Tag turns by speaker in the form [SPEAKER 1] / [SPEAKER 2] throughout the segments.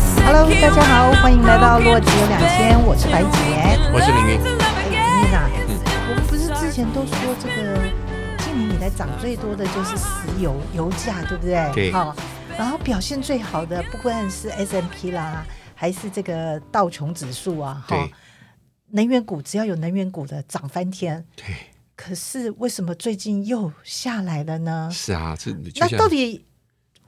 [SPEAKER 1] 大家好，欢迎来到洛吉有两千，我是白洁。
[SPEAKER 2] 我是凌云，
[SPEAKER 1] 哎，丽娜，
[SPEAKER 2] 嗯
[SPEAKER 1] 我们不是之前都说这个近年以来涨最多的就是石油油价，对不对？
[SPEAKER 2] 对
[SPEAKER 1] 好、然后表现最好的不管是 S M P 啦，还是这个道琼指数啊，哈、
[SPEAKER 2] 对
[SPEAKER 1] 能源股只要有能源股的涨翻天。
[SPEAKER 2] 对，
[SPEAKER 1] 可是为什么最近又下来了呢？
[SPEAKER 2] 是啊，这就
[SPEAKER 1] 嗯那
[SPEAKER 2] 像
[SPEAKER 1] 到底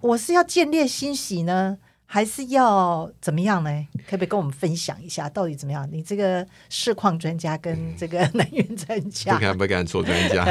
[SPEAKER 1] 我是要见猎欣喜呢，还是要怎么样呢？可不可以跟我们分享一下，到底怎么样？你这个市况专家跟这个 能源专家
[SPEAKER 2] 不、敢不敢做专家，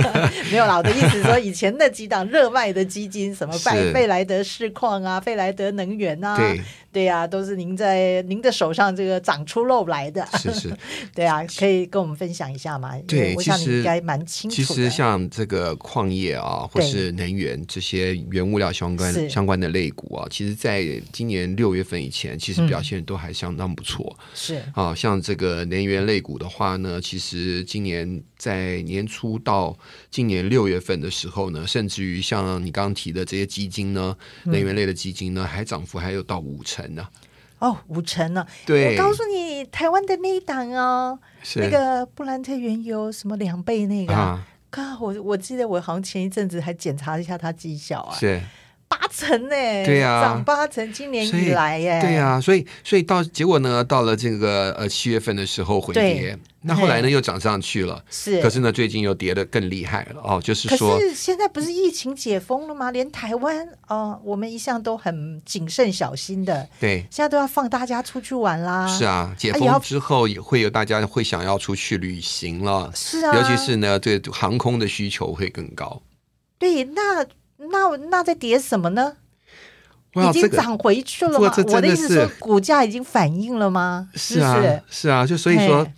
[SPEAKER 1] 没有啦，我的意思是说，以前那几档热卖的基金，什么
[SPEAKER 2] 是
[SPEAKER 1] 费费莱德市况啊、费莱德能源啊，
[SPEAKER 2] 对，
[SPEAKER 1] 对呀、都是您在您的手上这个长出肉来 的，
[SPEAKER 2] 是是。
[SPEAKER 1] 对啊，可以跟我们分享一下吗？因为
[SPEAKER 2] 对
[SPEAKER 1] 我想你
[SPEAKER 2] 其实
[SPEAKER 1] 应该蛮清楚
[SPEAKER 2] 其
[SPEAKER 1] 的。
[SPEAKER 2] 实像这个矿业啊，或
[SPEAKER 1] 对
[SPEAKER 2] 是能源这些原物料相
[SPEAKER 1] 是
[SPEAKER 2] 关相关的类股啊，其实在今年六月份以前，其实
[SPEAKER 1] 嗯
[SPEAKER 2] 表现都还相当不错。
[SPEAKER 1] 是
[SPEAKER 2] 啊，像这个能源类股的话呢，其实今年在年初到今年六月份的时候呢，甚至于像你刚刚提的这些基金呢，
[SPEAKER 1] 嗯
[SPEAKER 2] 能源类的基金呢，还涨幅还有到五成呢、
[SPEAKER 1] 哦，五成呢、
[SPEAKER 2] 对，
[SPEAKER 1] 我告诉你，台湾的那一档哦，
[SPEAKER 2] 是
[SPEAKER 1] 那个布兰特原油什么两倍那个啊，
[SPEAKER 2] 啊，
[SPEAKER 1] 啊我我记得我好像前一阵子还检查了一下它绩效啊，
[SPEAKER 2] 是，
[SPEAKER 1] 八成呢、
[SPEAKER 2] 对啊
[SPEAKER 1] 涨八成，今年
[SPEAKER 2] 所
[SPEAKER 1] 以来耶、
[SPEAKER 2] 对呀、所以所以到结果呢，到了这个呃七月份的时候回跌
[SPEAKER 1] 对，
[SPEAKER 2] 那后来呢又涨上去了，
[SPEAKER 1] 是，
[SPEAKER 2] 可是呢最近又跌得更厉害了哦，就是
[SPEAKER 1] 可
[SPEAKER 2] 说。
[SPEAKER 1] 是现在不是疫情解封了吗？连台湾哦、呃我们一向都很谨慎小心的，
[SPEAKER 2] 对，
[SPEAKER 1] 现在都要放大家出去玩啦，
[SPEAKER 2] 是啊，解
[SPEAKER 1] 哎也要
[SPEAKER 2] 封之后也会有大家会想要出去旅行了，
[SPEAKER 1] 是啊，
[SPEAKER 2] 尤其是呢，对航空的需求会更高。
[SPEAKER 1] 对，那那那在跌什么呢？
[SPEAKER 2] 哇，
[SPEAKER 1] 已经
[SPEAKER 2] 这个
[SPEAKER 1] 涨回去了
[SPEAKER 2] 哇
[SPEAKER 1] 吗？
[SPEAKER 2] 这
[SPEAKER 1] 我
[SPEAKER 2] 真的
[SPEAKER 1] 意思说
[SPEAKER 2] 是，
[SPEAKER 1] 股价已经反映了吗？
[SPEAKER 2] 是
[SPEAKER 1] 不
[SPEAKER 2] 啊
[SPEAKER 1] 是，
[SPEAKER 2] 是啊，就所以说
[SPEAKER 1] 对，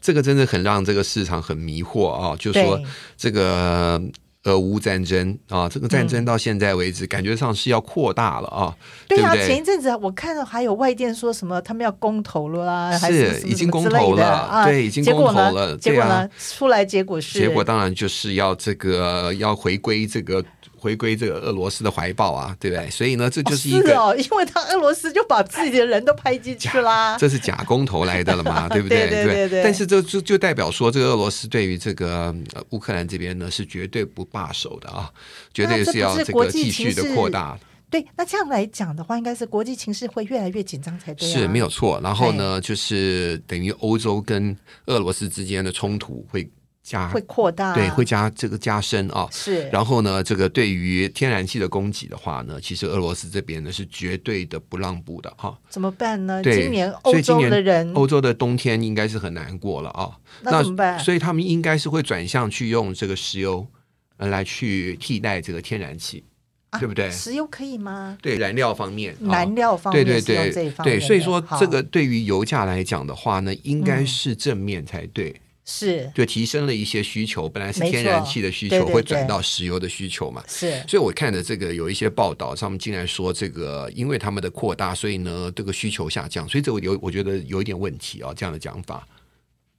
[SPEAKER 2] 这个真的很让这个市场很迷惑啊，就说
[SPEAKER 1] 对
[SPEAKER 2] 这个。俄乌战争啊，这个战争到现在为止，感觉上是要扩大了啊，
[SPEAKER 1] 对
[SPEAKER 2] 不
[SPEAKER 1] 啊，前一
[SPEAKER 2] 对？
[SPEAKER 1] 阵子我看到还有外电说什么他们要公投了啦，还
[SPEAKER 2] 是
[SPEAKER 1] 什么什么
[SPEAKER 2] 已经公投
[SPEAKER 1] 之类的
[SPEAKER 2] 了
[SPEAKER 1] 啊，
[SPEAKER 2] 对已经
[SPEAKER 1] 结果呢
[SPEAKER 2] 公投了
[SPEAKER 1] 结
[SPEAKER 2] 对
[SPEAKER 1] 果
[SPEAKER 2] 啊
[SPEAKER 1] 呢，出来结果是
[SPEAKER 2] 结果当然就是要这个要回归这个回归这个俄罗斯的怀抱啊，对不对？所以呢，这就是一
[SPEAKER 1] 是
[SPEAKER 2] 个、
[SPEAKER 1] 哦，因为他俄罗斯就把自己的人都拍进去啦，
[SPEAKER 2] 这是假公投来的 了嘛，对不
[SPEAKER 1] 对对
[SPEAKER 2] 对
[SPEAKER 1] 对对
[SPEAKER 2] 但是这就就代表说，这个俄罗斯对于这个呃乌克兰这边呢是绝对不罢手的啊，绝对
[SPEAKER 1] 那这不
[SPEAKER 2] 要
[SPEAKER 1] 是
[SPEAKER 2] 这
[SPEAKER 1] 国
[SPEAKER 2] 个
[SPEAKER 1] 际
[SPEAKER 2] 继
[SPEAKER 1] 情
[SPEAKER 2] 续
[SPEAKER 1] 势
[SPEAKER 2] 的扩大，
[SPEAKER 1] 对，啊那这样来讲的话，应该是国际情势会越来越紧张才对啊，
[SPEAKER 2] 是没有错。然后呢，就是等于欧洲跟俄罗斯之间的冲突会加，
[SPEAKER 1] 会扩大，
[SPEAKER 2] 对，会加这个加深啊。
[SPEAKER 1] 是，
[SPEAKER 2] 然后呢，这个对于天然气的供给的话呢，其实俄罗斯这边呢是绝对的不让步的哈、
[SPEAKER 1] 怎么办呢？
[SPEAKER 2] 对，
[SPEAKER 1] 呃今年
[SPEAKER 2] 所
[SPEAKER 1] 欧
[SPEAKER 2] 以今
[SPEAKER 1] 洲
[SPEAKER 2] 年
[SPEAKER 1] 的人
[SPEAKER 2] 欧洲的冬天应该是很难过了啊。
[SPEAKER 1] 那怎么办
[SPEAKER 2] 所以他们应该是会转向去用这个石油呃来去替代这个天然气，
[SPEAKER 1] 啊
[SPEAKER 2] 对不对？
[SPEAKER 1] 石油可以吗？
[SPEAKER 2] 对燃料方面，啊
[SPEAKER 1] 燃料方
[SPEAKER 2] 哦对
[SPEAKER 1] 面
[SPEAKER 2] 对
[SPEAKER 1] 是用这一
[SPEAKER 2] 对
[SPEAKER 1] 方面
[SPEAKER 2] 对，
[SPEAKER 1] 的
[SPEAKER 2] 所以说
[SPEAKER 1] 好嗯
[SPEAKER 2] 这个对于油价来讲的话呢，应该是正面才对，
[SPEAKER 1] 是
[SPEAKER 2] 就提升了一些需求，本来是
[SPEAKER 1] 没错
[SPEAKER 2] 天然气的需
[SPEAKER 1] 对
[SPEAKER 2] 求
[SPEAKER 1] 对
[SPEAKER 2] 会
[SPEAKER 1] 对
[SPEAKER 2] 转到石油的需求嘛。
[SPEAKER 1] 是
[SPEAKER 2] 所以我看的这个有一些报道，他们竟然说这个因为他们的扩大，所以呢这个需求下降，所以这我有我觉得有一点问题哦，这样的讲法。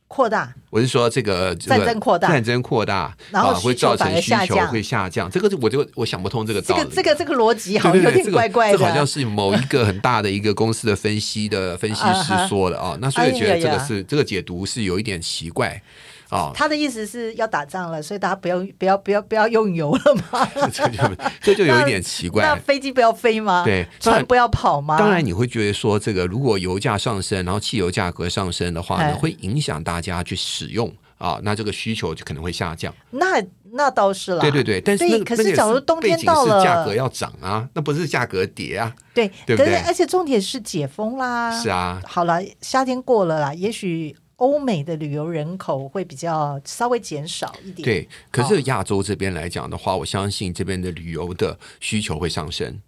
[SPEAKER 1] 扩大，
[SPEAKER 2] 我是说这个这个
[SPEAKER 1] 战争扩大
[SPEAKER 2] 战争扩大，
[SPEAKER 1] 然后
[SPEAKER 2] 啊、
[SPEAKER 1] 需求
[SPEAKER 2] 会造成需
[SPEAKER 1] 反而下
[SPEAKER 2] 求
[SPEAKER 1] 降
[SPEAKER 2] 会下降，这个是我就我想不通这个
[SPEAKER 1] 这
[SPEAKER 2] 道理
[SPEAKER 1] 个。这个这个逻辑
[SPEAKER 2] 对
[SPEAKER 1] 好像
[SPEAKER 2] 对
[SPEAKER 1] 有
[SPEAKER 2] 对
[SPEAKER 1] 点怪怪的，
[SPEAKER 2] 这个，这好像是某一个很大的一个公司的分析的分析师说的啊，那所以我觉
[SPEAKER 1] 哎
[SPEAKER 2] 得
[SPEAKER 1] 呀
[SPEAKER 2] 这个
[SPEAKER 1] 呀
[SPEAKER 2] 是这个解读是有一点奇怪啊，
[SPEAKER 1] 他的意思是要打仗了，所以大家不要不要不要不要用油了吗？
[SPEAKER 2] 这就这就有一点奇
[SPEAKER 1] 那
[SPEAKER 2] 怪。
[SPEAKER 1] 飞机不要飞吗？
[SPEAKER 2] 对当
[SPEAKER 1] 船
[SPEAKER 2] 然
[SPEAKER 1] 不要跑吗？
[SPEAKER 2] 当然，你会觉得说，这个如果油价上升，然后汽油价格上升的话
[SPEAKER 1] 哎
[SPEAKER 2] 呢，会影响大家去使用啊，那这个需求就可能会下降。
[SPEAKER 1] 那那倒是了。
[SPEAKER 2] 对对对，但是
[SPEAKER 1] 对
[SPEAKER 2] 那个
[SPEAKER 1] 可
[SPEAKER 2] 那
[SPEAKER 1] 是
[SPEAKER 2] 个
[SPEAKER 1] 假如冬
[SPEAKER 2] 背
[SPEAKER 1] 天
[SPEAKER 2] 景
[SPEAKER 1] 到
[SPEAKER 2] 是
[SPEAKER 1] 了，
[SPEAKER 2] 价格要涨啊，那不是价格跌啊。
[SPEAKER 1] 对，
[SPEAKER 2] 对不
[SPEAKER 1] 可是
[SPEAKER 2] 对
[SPEAKER 1] 而且重点是解封啦。
[SPEAKER 2] 是啊，
[SPEAKER 1] 好了，夏天过了啦，也许欧美的旅游人口会比较稍微减少一点。，
[SPEAKER 2] 对。可
[SPEAKER 1] 哦
[SPEAKER 2] 是亚洲这边来讲的话，我相信这边的旅游的需求会上升。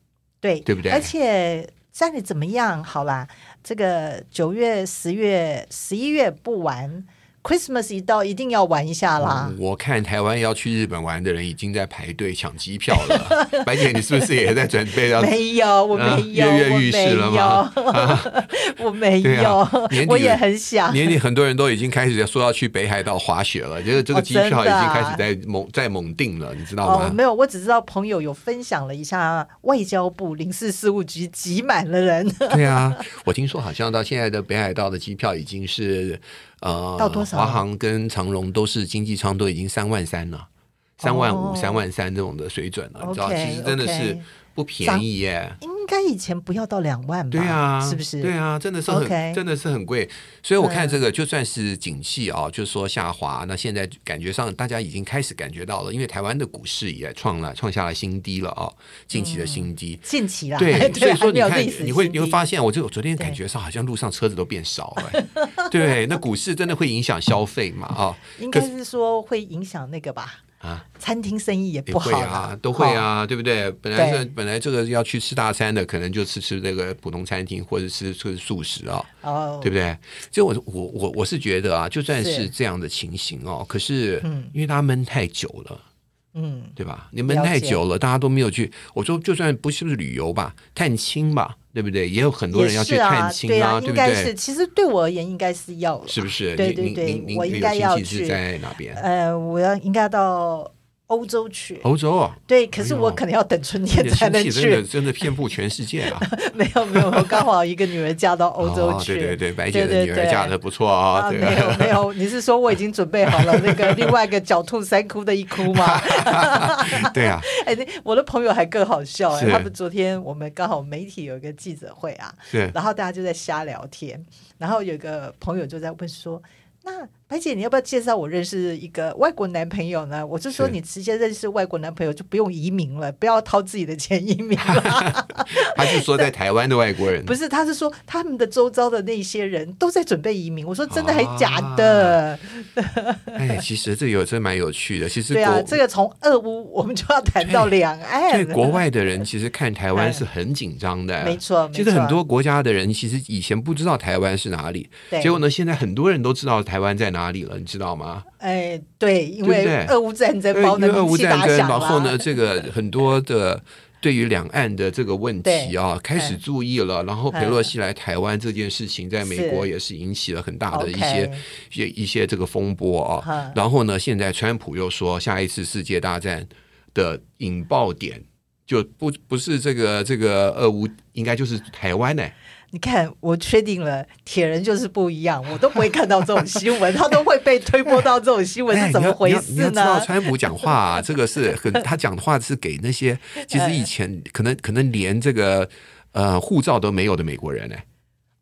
[SPEAKER 1] 对
[SPEAKER 2] 对不对
[SPEAKER 1] 而且再你怎么样，好啦，这个九月、十月、十一月不玩， Christmas 一到，一定要玩一下啦。
[SPEAKER 2] 我看台湾要去日本玩的人已经在排队抢机票 了。白姐，你是不是也在准备要？
[SPEAKER 1] 没有，我没有，
[SPEAKER 2] 啊跃跃欲试了吗
[SPEAKER 1] 我没有，我没
[SPEAKER 2] 对
[SPEAKER 1] 有，
[SPEAKER 2] 啊年底
[SPEAKER 1] 我也很 想。
[SPEAKER 2] 年底很多人都已经开始说要去北海道滑雪了，就是这个
[SPEAKER 1] 哦
[SPEAKER 2] 机票已
[SPEAKER 1] 真的
[SPEAKER 2] 经
[SPEAKER 1] 啊
[SPEAKER 2] 开始在猛在猛定了，你知道
[SPEAKER 1] 哦，
[SPEAKER 2] 吗？
[SPEAKER 1] 没有，我只知道朋友有分享了一下外交部领事事务局挤满了人，
[SPEAKER 2] 对啊，我听说好像到现在的北海道的机票已经是呃，
[SPEAKER 1] 到多少
[SPEAKER 2] 华航跟长荣都是经济舱都已经三万三了，三万五、
[SPEAKER 1] 哦
[SPEAKER 2] 三万三这种的水准了，你知道，
[SPEAKER 1] OK，
[SPEAKER 2] 其实真的是
[SPEAKER 1] OK
[SPEAKER 2] 不便宜耶。
[SPEAKER 1] 应该以前不要到两万吧？
[SPEAKER 2] 对啊，
[SPEAKER 1] 是不是？
[SPEAKER 2] 对啊，真的是很
[SPEAKER 1] OK
[SPEAKER 2] 真的是很贵。所以我看
[SPEAKER 1] 嗯
[SPEAKER 2] 这个就算是景气啊、就说下滑，那现在感觉上大家已经开始感觉到了，因为台湾的股市也创了创下了新低了啊、近期的新低。
[SPEAKER 1] 近期啦，
[SPEAKER 2] 对，所
[SPEAKER 1] 嗯
[SPEAKER 2] 以
[SPEAKER 1] 啊还
[SPEAKER 2] 说
[SPEAKER 1] 没
[SPEAKER 2] 你
[SPEAKER 1] 有
[SPEAKER 2] 看
[SPEAKER 1] 历史，
[SPEAKER 2] 你会
[SPEAKER 1] 新
[SPEAKER 2] 你会
[SPEAKER 1] 低
[SPEAKER 2] 发现，我就我昨天
[SPEAKER 1] 对
[SPEAKER 2] 感觉上好像路上车子都变少 了、哎对，那股市真的会影响消费嘛？啊、
[SPEAKER 1] 应
[SPEAKER 2] 可
[SPEAKER 1] 该
[SPEAKER 2] 是
[SPEAKER 1] 是说会影响那个吧，
[SPEAKER 2] 啊，
[SPEAKER 1] 餐厅生意也
[SPEAKER 2] 也
[SPEAKER 1] 不好
[SPEAKER 2] 会啊
[SPEAKER 1] 啦，
[SPEAKER 2] 都会
[SPEAKER 1] 哦。
[SPEAKER 2] 啊，对不对？本来
[SPEAKER 1] 对
[SPEAKER 2] 是本来这个要去吃大餐的，可能就吃吃这个普通餐厅或者吃吃素食啊、
[SPEAKER 1] 哦，
[SPEAKER 2] 对不对？就我我我我是觉得啊，就算是
[SPEAKER 1] 是
[SPEAKER 2] 这样的情形哦，可是
[SPEAKER 1] 嗯
[SPEAKER 2] 因为大家闷太久了，
[SPEAKER 1] 嗯，
[SPEAKER 2] 对吧？你闷太久了，大家都没有去。我说，就算不是不是旅游吧，探亲吧，对不对？也有很多
[SPEAKER 1] 也
[SPEAKER 2] 人要去
[SPEAKER 1] 是
[SPEAKER 2] 探
[SPEAKER 1] 啊，
[SPEAKER 2] 亲
[SPEAKER 1] 对
[SPEAKER 2] 啊，
[SPEAKER 1] 啊，
[SPEAKER 2] 对
[SPEAKER 1] 应
[SPEAKER 2] 不
[SPEAKER 1] 该是，
[SPEAKER 2] 对？
[SPEAKER 1] 其实对我而言应该是要了，
[SPEAKER 2] 是不是？
[SPEAKER 1] 对对
[SPEAKER 2] 您
[SPEAKER 1] 对
[SPEAKER 2] 您您
[SPEAKER 1] 我
[SPEAKER 2] 您
[SPEAKER 1] 应
[SPEAKER 2] 有
[SPEAKER 1] 该要
[SPEAKER 2] 亲戚是
[SPEAKER 1] 去
[SPEAKER 2] 在哪边？
[SPEAKER 1] 呃，我要应该要到欧洲去，
[SPEAKER 2] 欧 洲啊，
[SPEAKER 1] 对，可是
[SPEAKER 2] 哎呦
[SPEAKER 1] 我可能要等春
[SPEAKER 2] 你
[SPEAKER 1] 天
[SPEAKER 2] 的
[SPEAKER 1] 才
[SPEAKER 2] 亲
[SPEAKER 1] 能
[SPEAKER 2] 戚真的
[SPEAKER 1] 去。
[SPEAKER 2] 真的遍布全世界啊！
[SPEAKER 1] 没有没有，我刚好一个女儿嫁到 欧洲
[SPEAKER 2] 哦
[SPEAKER 1] 去。
[SPEAKER 2] 对对对，白
[SPEAKER 1] 对
[SPEAKER 2] 姐的
[SPEAKER 1] 对
[SPEAKER 2] 女儿
[SPEAKER 1] 对
[SPEAKER 2] 嫁的不错啊，
[SPEAKER 1] 啊，
[SPEAKER 2] 对
[SPEAKER 1] 没有没有，你是说我已经准备好了那个另外一个狡兔三窟的一窟 吗？
[SPEAKER 2] 对啊，
[SPEAKER 1] 哎，那我的朋友还更好笑哎、
[SPEAKER 2] 是
[SPEAKER 1] 他们昨天我们刚好媒体有一个记者会啊，
[SPEAKER 2] 是
[SPEAKER 1] 然后大家就在瞎聊天，然后有个朋友就在问说。那白姐，你要不要介绍我认识一个外国男朋友呢？我就说
[SPEAKER 2] 是
[SPEAKER 1] 你直接认识外国男朋友就不用移民了，不要掏自己的钱移民了。
[SPEAKER 2] 他是说在台湾的外国 人
[SPEAKER 1] 不是，他是说他们的周遭的那些人都在准备移民。我说真的
[SPEAKER 2] 啊
[SPEAKER 1] 还假的？
[SPEAKER 2] 哎，其实这有真蛮有趣的。其实
[SPEAKER 1] 对啊
[SPEAKER 2] 国，
[SPEAKER 1] 这个从俄乌我们就要谈到两岸
[SPEAKER 2] 对，国外 的人其实看台湾是很紧张的，
[SPEAKER 1] 哎没。错，没
[SPEAKER 2] 其
[SPEAKER 1] 错
[SPEAKER 2] 实很多国家的人其实以前不知道台湾是哪里，
[SPEAKER 1] 对
[SPEAKER 2] 结果呢，现在很多人都知道台湾在哪里了，你知道吗？
[SPEAKER 1] 哎，对，因
[SPEAKER 2] 对不
[SPEAKER 1] 为
[SPEAKER 2] 对
[SPEAKER 1] 俄乌战争
[SPEAKER 2] 因为
[SPEAKER 1] 把我
[SPEAKER 2] 因为
[SPEAKER 1] 们
[SPEAKER 2] 俄
[SPEAKER 1] 名
[SPEAKER 2] 乌
[SPEAKER 1] 气
[SPEAKER 2] 战
[SPEAKER 1] 打
[SPEAKER 2] 争，
[SPEAKER 1] 响
[SPEAKER 2] 然后
[SPEAKER 1] 了
[SPEAKER 2] 呢，。这个很多的对于两岸的这个问题啊，开
[SPEAKER 1] 嗯
[SPEAKER 2] 始注意了。然后佩洛西来台湾这件事情，在美国
[SPEAKER 1] 是
[SPEAKER 2] 也是引起了很大的
[SPEAKER 1] OK
[SPEAKER 2] 一些一一些这个风波啊
[SPEAKER 1] 哈。
[SPEAKER 2] 然后呢，现在川普又说，下一次世界大战的引爆点。就不不是这个这个俄乌，应该就是 台湾呢、
[SPEAKER 1] 你看，我确定了，铁人就是不一样，我都不会看到这种新闻， 他都会被推播到这种新闻
[SPEAKER 2] 哎
[SPEAKER 1] 是怎么回
[SPEAKER 2] 你要
[SPEAKER 1] 事
[SPEAKER 2] 你要你要知
[SPEAKER 1] 呢
[SPEAKER 2] 道？川普讲话、啊，这个是很 他讲话是给那些其实以前可能可能连这个呃护照都没有的美国人呢、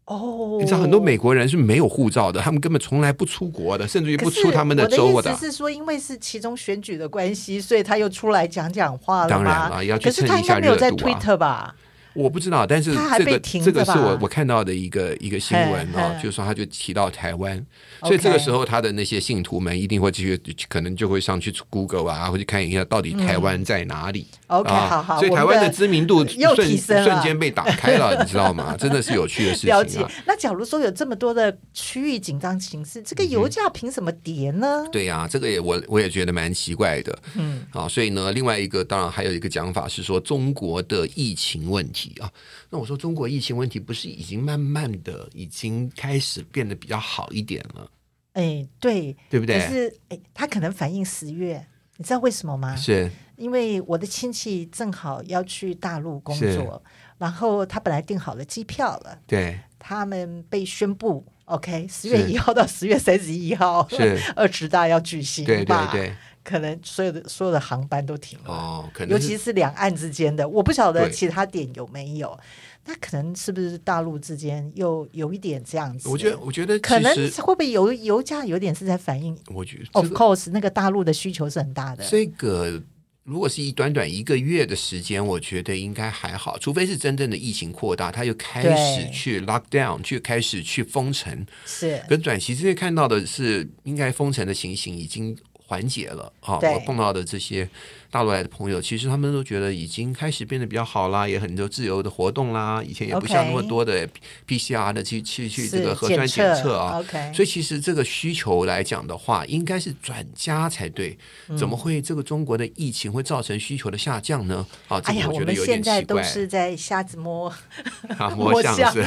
[SPEAKER 1] 哦，
[SPEAKER 2] 你知道很多美国人是没有护照的，他们根本从来不出国的，甚至于
[SPEAKER 1] 可
[SPEAKER 2] 不
[SPEAKER 1] 是
[SPEAKER 2] 出他们
[SPEAKER 1] 我的
[SPEAKER 2] 州的
[SPEAKER 1] 意。思是说，因为是其中选举的关系，所以他又出来讲讲话了
[SPEAKER 2] 当然
[SPEAKER 1] 吧
[SPEAKER 2] 了要去
[SPEAKER 1] 可是他
[SPEAKER 2] 蹭一
[SPEAKER 1] 应
[SPEAKER 2] 下
[SPEAKER 1] 该没有
[SPEAKER 2] 热
[SPEAKER 1] 在
[SPEAKER 2] 度啊
[SPEAKER 1] Twitter 吧？
[SPEAKER 2] 我不知道，但是
[SPEAKER 1] 他还
[SPEAKER 2] 这个
[SPEAKER 1] 被停
[SPEAKER 2] 这个
[SPEAKER 1] 着
[SPEAKER 2] 是
[SPEAKER 1] 吧
[SPEAKER 2] 我我看到的一个一个新闻
[SPEAKER 1] 嘿
[SPEAKER 2] 啊，
[SPEAKER 1] 嘿
[SPEAKER 2] 就是说他就提到台湾，所以
[SPEAKER 1] OK
[SPEAKER 2] 这个时候他的那些信徒们一定会去，可能就会上去 Google 啊，或者看一下到底台湾在哪里。
[SPEAKER 1] OK，
[SPEAKER 2] 啊
[SPEAKER 1] 好好
[SPEAKER 2] 所以
[SPEAKER 1] 我
[SPEAKER 2] 台
[SPEAKER 1] 们
[SPEAKER 2] 湾的
[SPEAKER 1] 的
[SPEAKER 2] 知名度
[SPEAKER 1] 又
[SPEAKER 2] 瞬
[SPEAKER 1] 提升了
[SPEAKER 2] 瞬间被打开了，你知道吗？真的是有趣的 事
[SPEAKER 1] 了
[SPEAKER 2] 情
[SPEAKER 1] 解
[SPEAKER 2] 啊。。
[SPEAKER 1] 那假如说有这么多的区域紧张情势，
[SPEAKER 2] 嗯
[SPEAKER 1] 这个油价凭什么跌呢？
[SPEAKER 2] 对呀、这个也我我也觉得蛮奇怪的，嗯，啊，所以呢，另外一个当然还有一个讲法是说中国的疫情问题啊，那我说中国疫情问题不是已经慢慢的已经开始变得比较好一点了，
[SPEAKER 1] 哎，对，
[SPEAKER 2] 对不
[SPEAKER 1] 可
[SPEAKER 2] 对？
[SPEAKER 1] 是哎，它可能反映十月，你知道为什么吗？
[SPEAKER 2] 是
[SPEAKER 1] 因为我的亲戚正好要去大陆工
[SPEAKER 2] 是
[SPEAKER 1] 作，然后他本来订好了机票了，
[SPEAKER 2] 对，
[SPEAKER 1] 他们被宣布 OK，十
[SPEAKER 2] 是
[SPEAKER 1] 月一号到十月三十一号
[SPEAKER 2] 是，
[SPEAKER 1] 二十大要举行
[SPEAKER 2] 对对
[SPEAKER 1] 吧？
[SPEAKER 2] 对，
[SPEAKER 1] 可能所有的所有的航班都停了。
[SPEAKER 2] 哦，可
[SPEAKER 1] 呃尤
[SPEAKER 2] 能
[SPEAKER 1] 其
[SPEAKER 2] 是
[SPEAKER 1] 是两岸之间的，我不晓得
[SPEAKER 2] 对
[SPEAKER 1] 其他点有没有。那可能是不是大陆之间又有一点这样子？
[SPEAKER 2] 我觉得，我觉得
[SPEAKER 1] 可
[SPEAKER 2] 其
[SPEAKER 1] 能哦
[SPEAKER 2] 实，
[SPEAKER 1] 会不会油油价有点是在反映
[SPEAKER 2] 我觉得这
[SPEAKER 1] ？Of
[SPEAKER 2] 个
[SPEAKER 1] course，那个大陆的需求是很大的。
[SPEAKER 2] 这个如果是一短短一个月的时间，我觉得应该还好，除非是真正的疫情扩大，它又开始
[SPEAKER 1] 对
[SPEAKER 2] 去 lock down，去开始去封城。
[SPEAKER 1] 是
[SPEAKER 2] 跟短期之内看到的是，应该封城的情形已经缓解了啊。
[SPEAKER 1] 对
[SPEAKER 2] 我碰到的这些大陆来的朋友，其实他们都觉得已经开始变得比较好啦，也很多自由的活动啦，以前也不
[SPEAKER 1] OK
[SPEAKER 2] 像那么多的 PCR 的去去去这个
[SPEAKER 1] 是
[SPEAKER 2] 核酸检测啊。
[SPEAKER 1] ，OK，
[SPEAKER 2] 所以其实这个需求来讲的话，应该是转加才对，
[SPEAKER 1] 嗯
[SPEAKER 2] 怎么会这个中国的疫情会造成需求的下降呢？啊，这
[SPEAKER 1] 哎呀，
[SPEAKER 2] 个
[SPEAKER 1] 我
[SPEAKER 2] 觉得
[SPEAKER 1] 们
[SPEAKER 2] 有
[SPEAKER 1] 现
[SPEAKER 2] 点
[SPEAKER 1] 在
[SPEAKER 2] 奇
[SPEAKER 1] 都
[SPEAKER 2] 怪。
[SPEAKER 1] 是在瞎子摸，
[SPEAKER 2] 啊，
[SPEAKER 1] 摸
[SPEAKER 2] 摸象
[SPEAKER 1] 象
[SPEAKER 2] 是，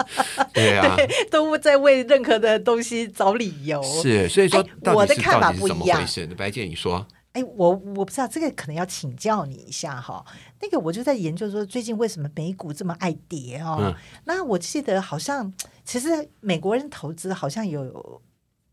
[SPEAKER 2] 对啊，
[SPEAKER 1] 都在为任何的东西找理由。
[SPEAKER 2] 是，所以说
[SPEAKER 1] 哎
[SPEAKER 2] 到
[SPEAKER 1] 我
[SPEAKER 2] 底
[SPEAKER 1] 的
[SPEAKER 2] 是
[SPEAKER 1] 看
[SPEAKER 2] 到
[SPEAKER 1] 法
[SPEAKER 2] 底
[SPEAKER 1] 不
[SPEAKER 2] 是
[SPEAKER 1] 一
[SPEAKER 2] 怎么
[SPEAKER 1] 样
[SPEAKER 2] 回事？白姐，你说
[SPEAKER 1] 哎，我我不知道这个，可能要请教你一下哈。那个我就在研究说，最近为什么美股这么爱跌哦？
[SPEAKER 2] 嗯
[SPEAKER 1] 那我记得好像，其实美国人投资好像有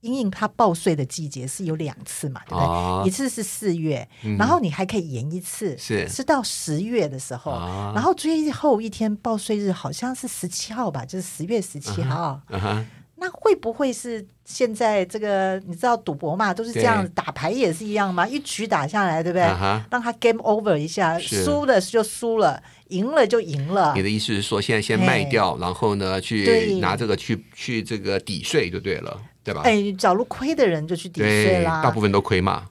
[SPEAKER 1] 因应他报税的季节是有两次嘛，对不对？
[SPEAKER 2] 啊
[SPEAKER 1] 一，次是四月，
[SPEAKER 2] 嗯
[SPEAKER 1] 然后你还可以延一次，
[SPEAKER 2] 是
[SPEAKER 1] 是到十月的时候，
[SPEAKER 2] 啊
[SPEAKER 1] 然后最后一天报税日好像是十七号吧，就是十月十七号。
[SPEAKER 2] 嗯哼，
[SPEAKER 1] 那会不会是现在这个你知道赌博嘛，都是这样
[SPEAKER 2] 对，
[SPEAKER 1] 打牌也是一样嘛，一局打下来，对不对？
[SPEAKER 2] 啊哈
[SPEAKER 1] 让他 game over 一下，
[SPEAKER 2] 是
[SPEAKER 1] 输了就输了，赢了就赢了
[SPEAKER 2] 你。的意思是说，现在先
[SPEAKER 1] 哎
[SPEAKER 2] 卖掉，然后呢，
[SPEAKER 1] 对
[SPEAKER 2] 去拿这个去去这个抵税就对了，对吧？
[SPEAKER 1] 哎，找路亏的人就去抵税
[SPEAKER 2] 对，
[SPEAKER 1] 啦
[SPEAKER 2] 大，部分都亏嘛，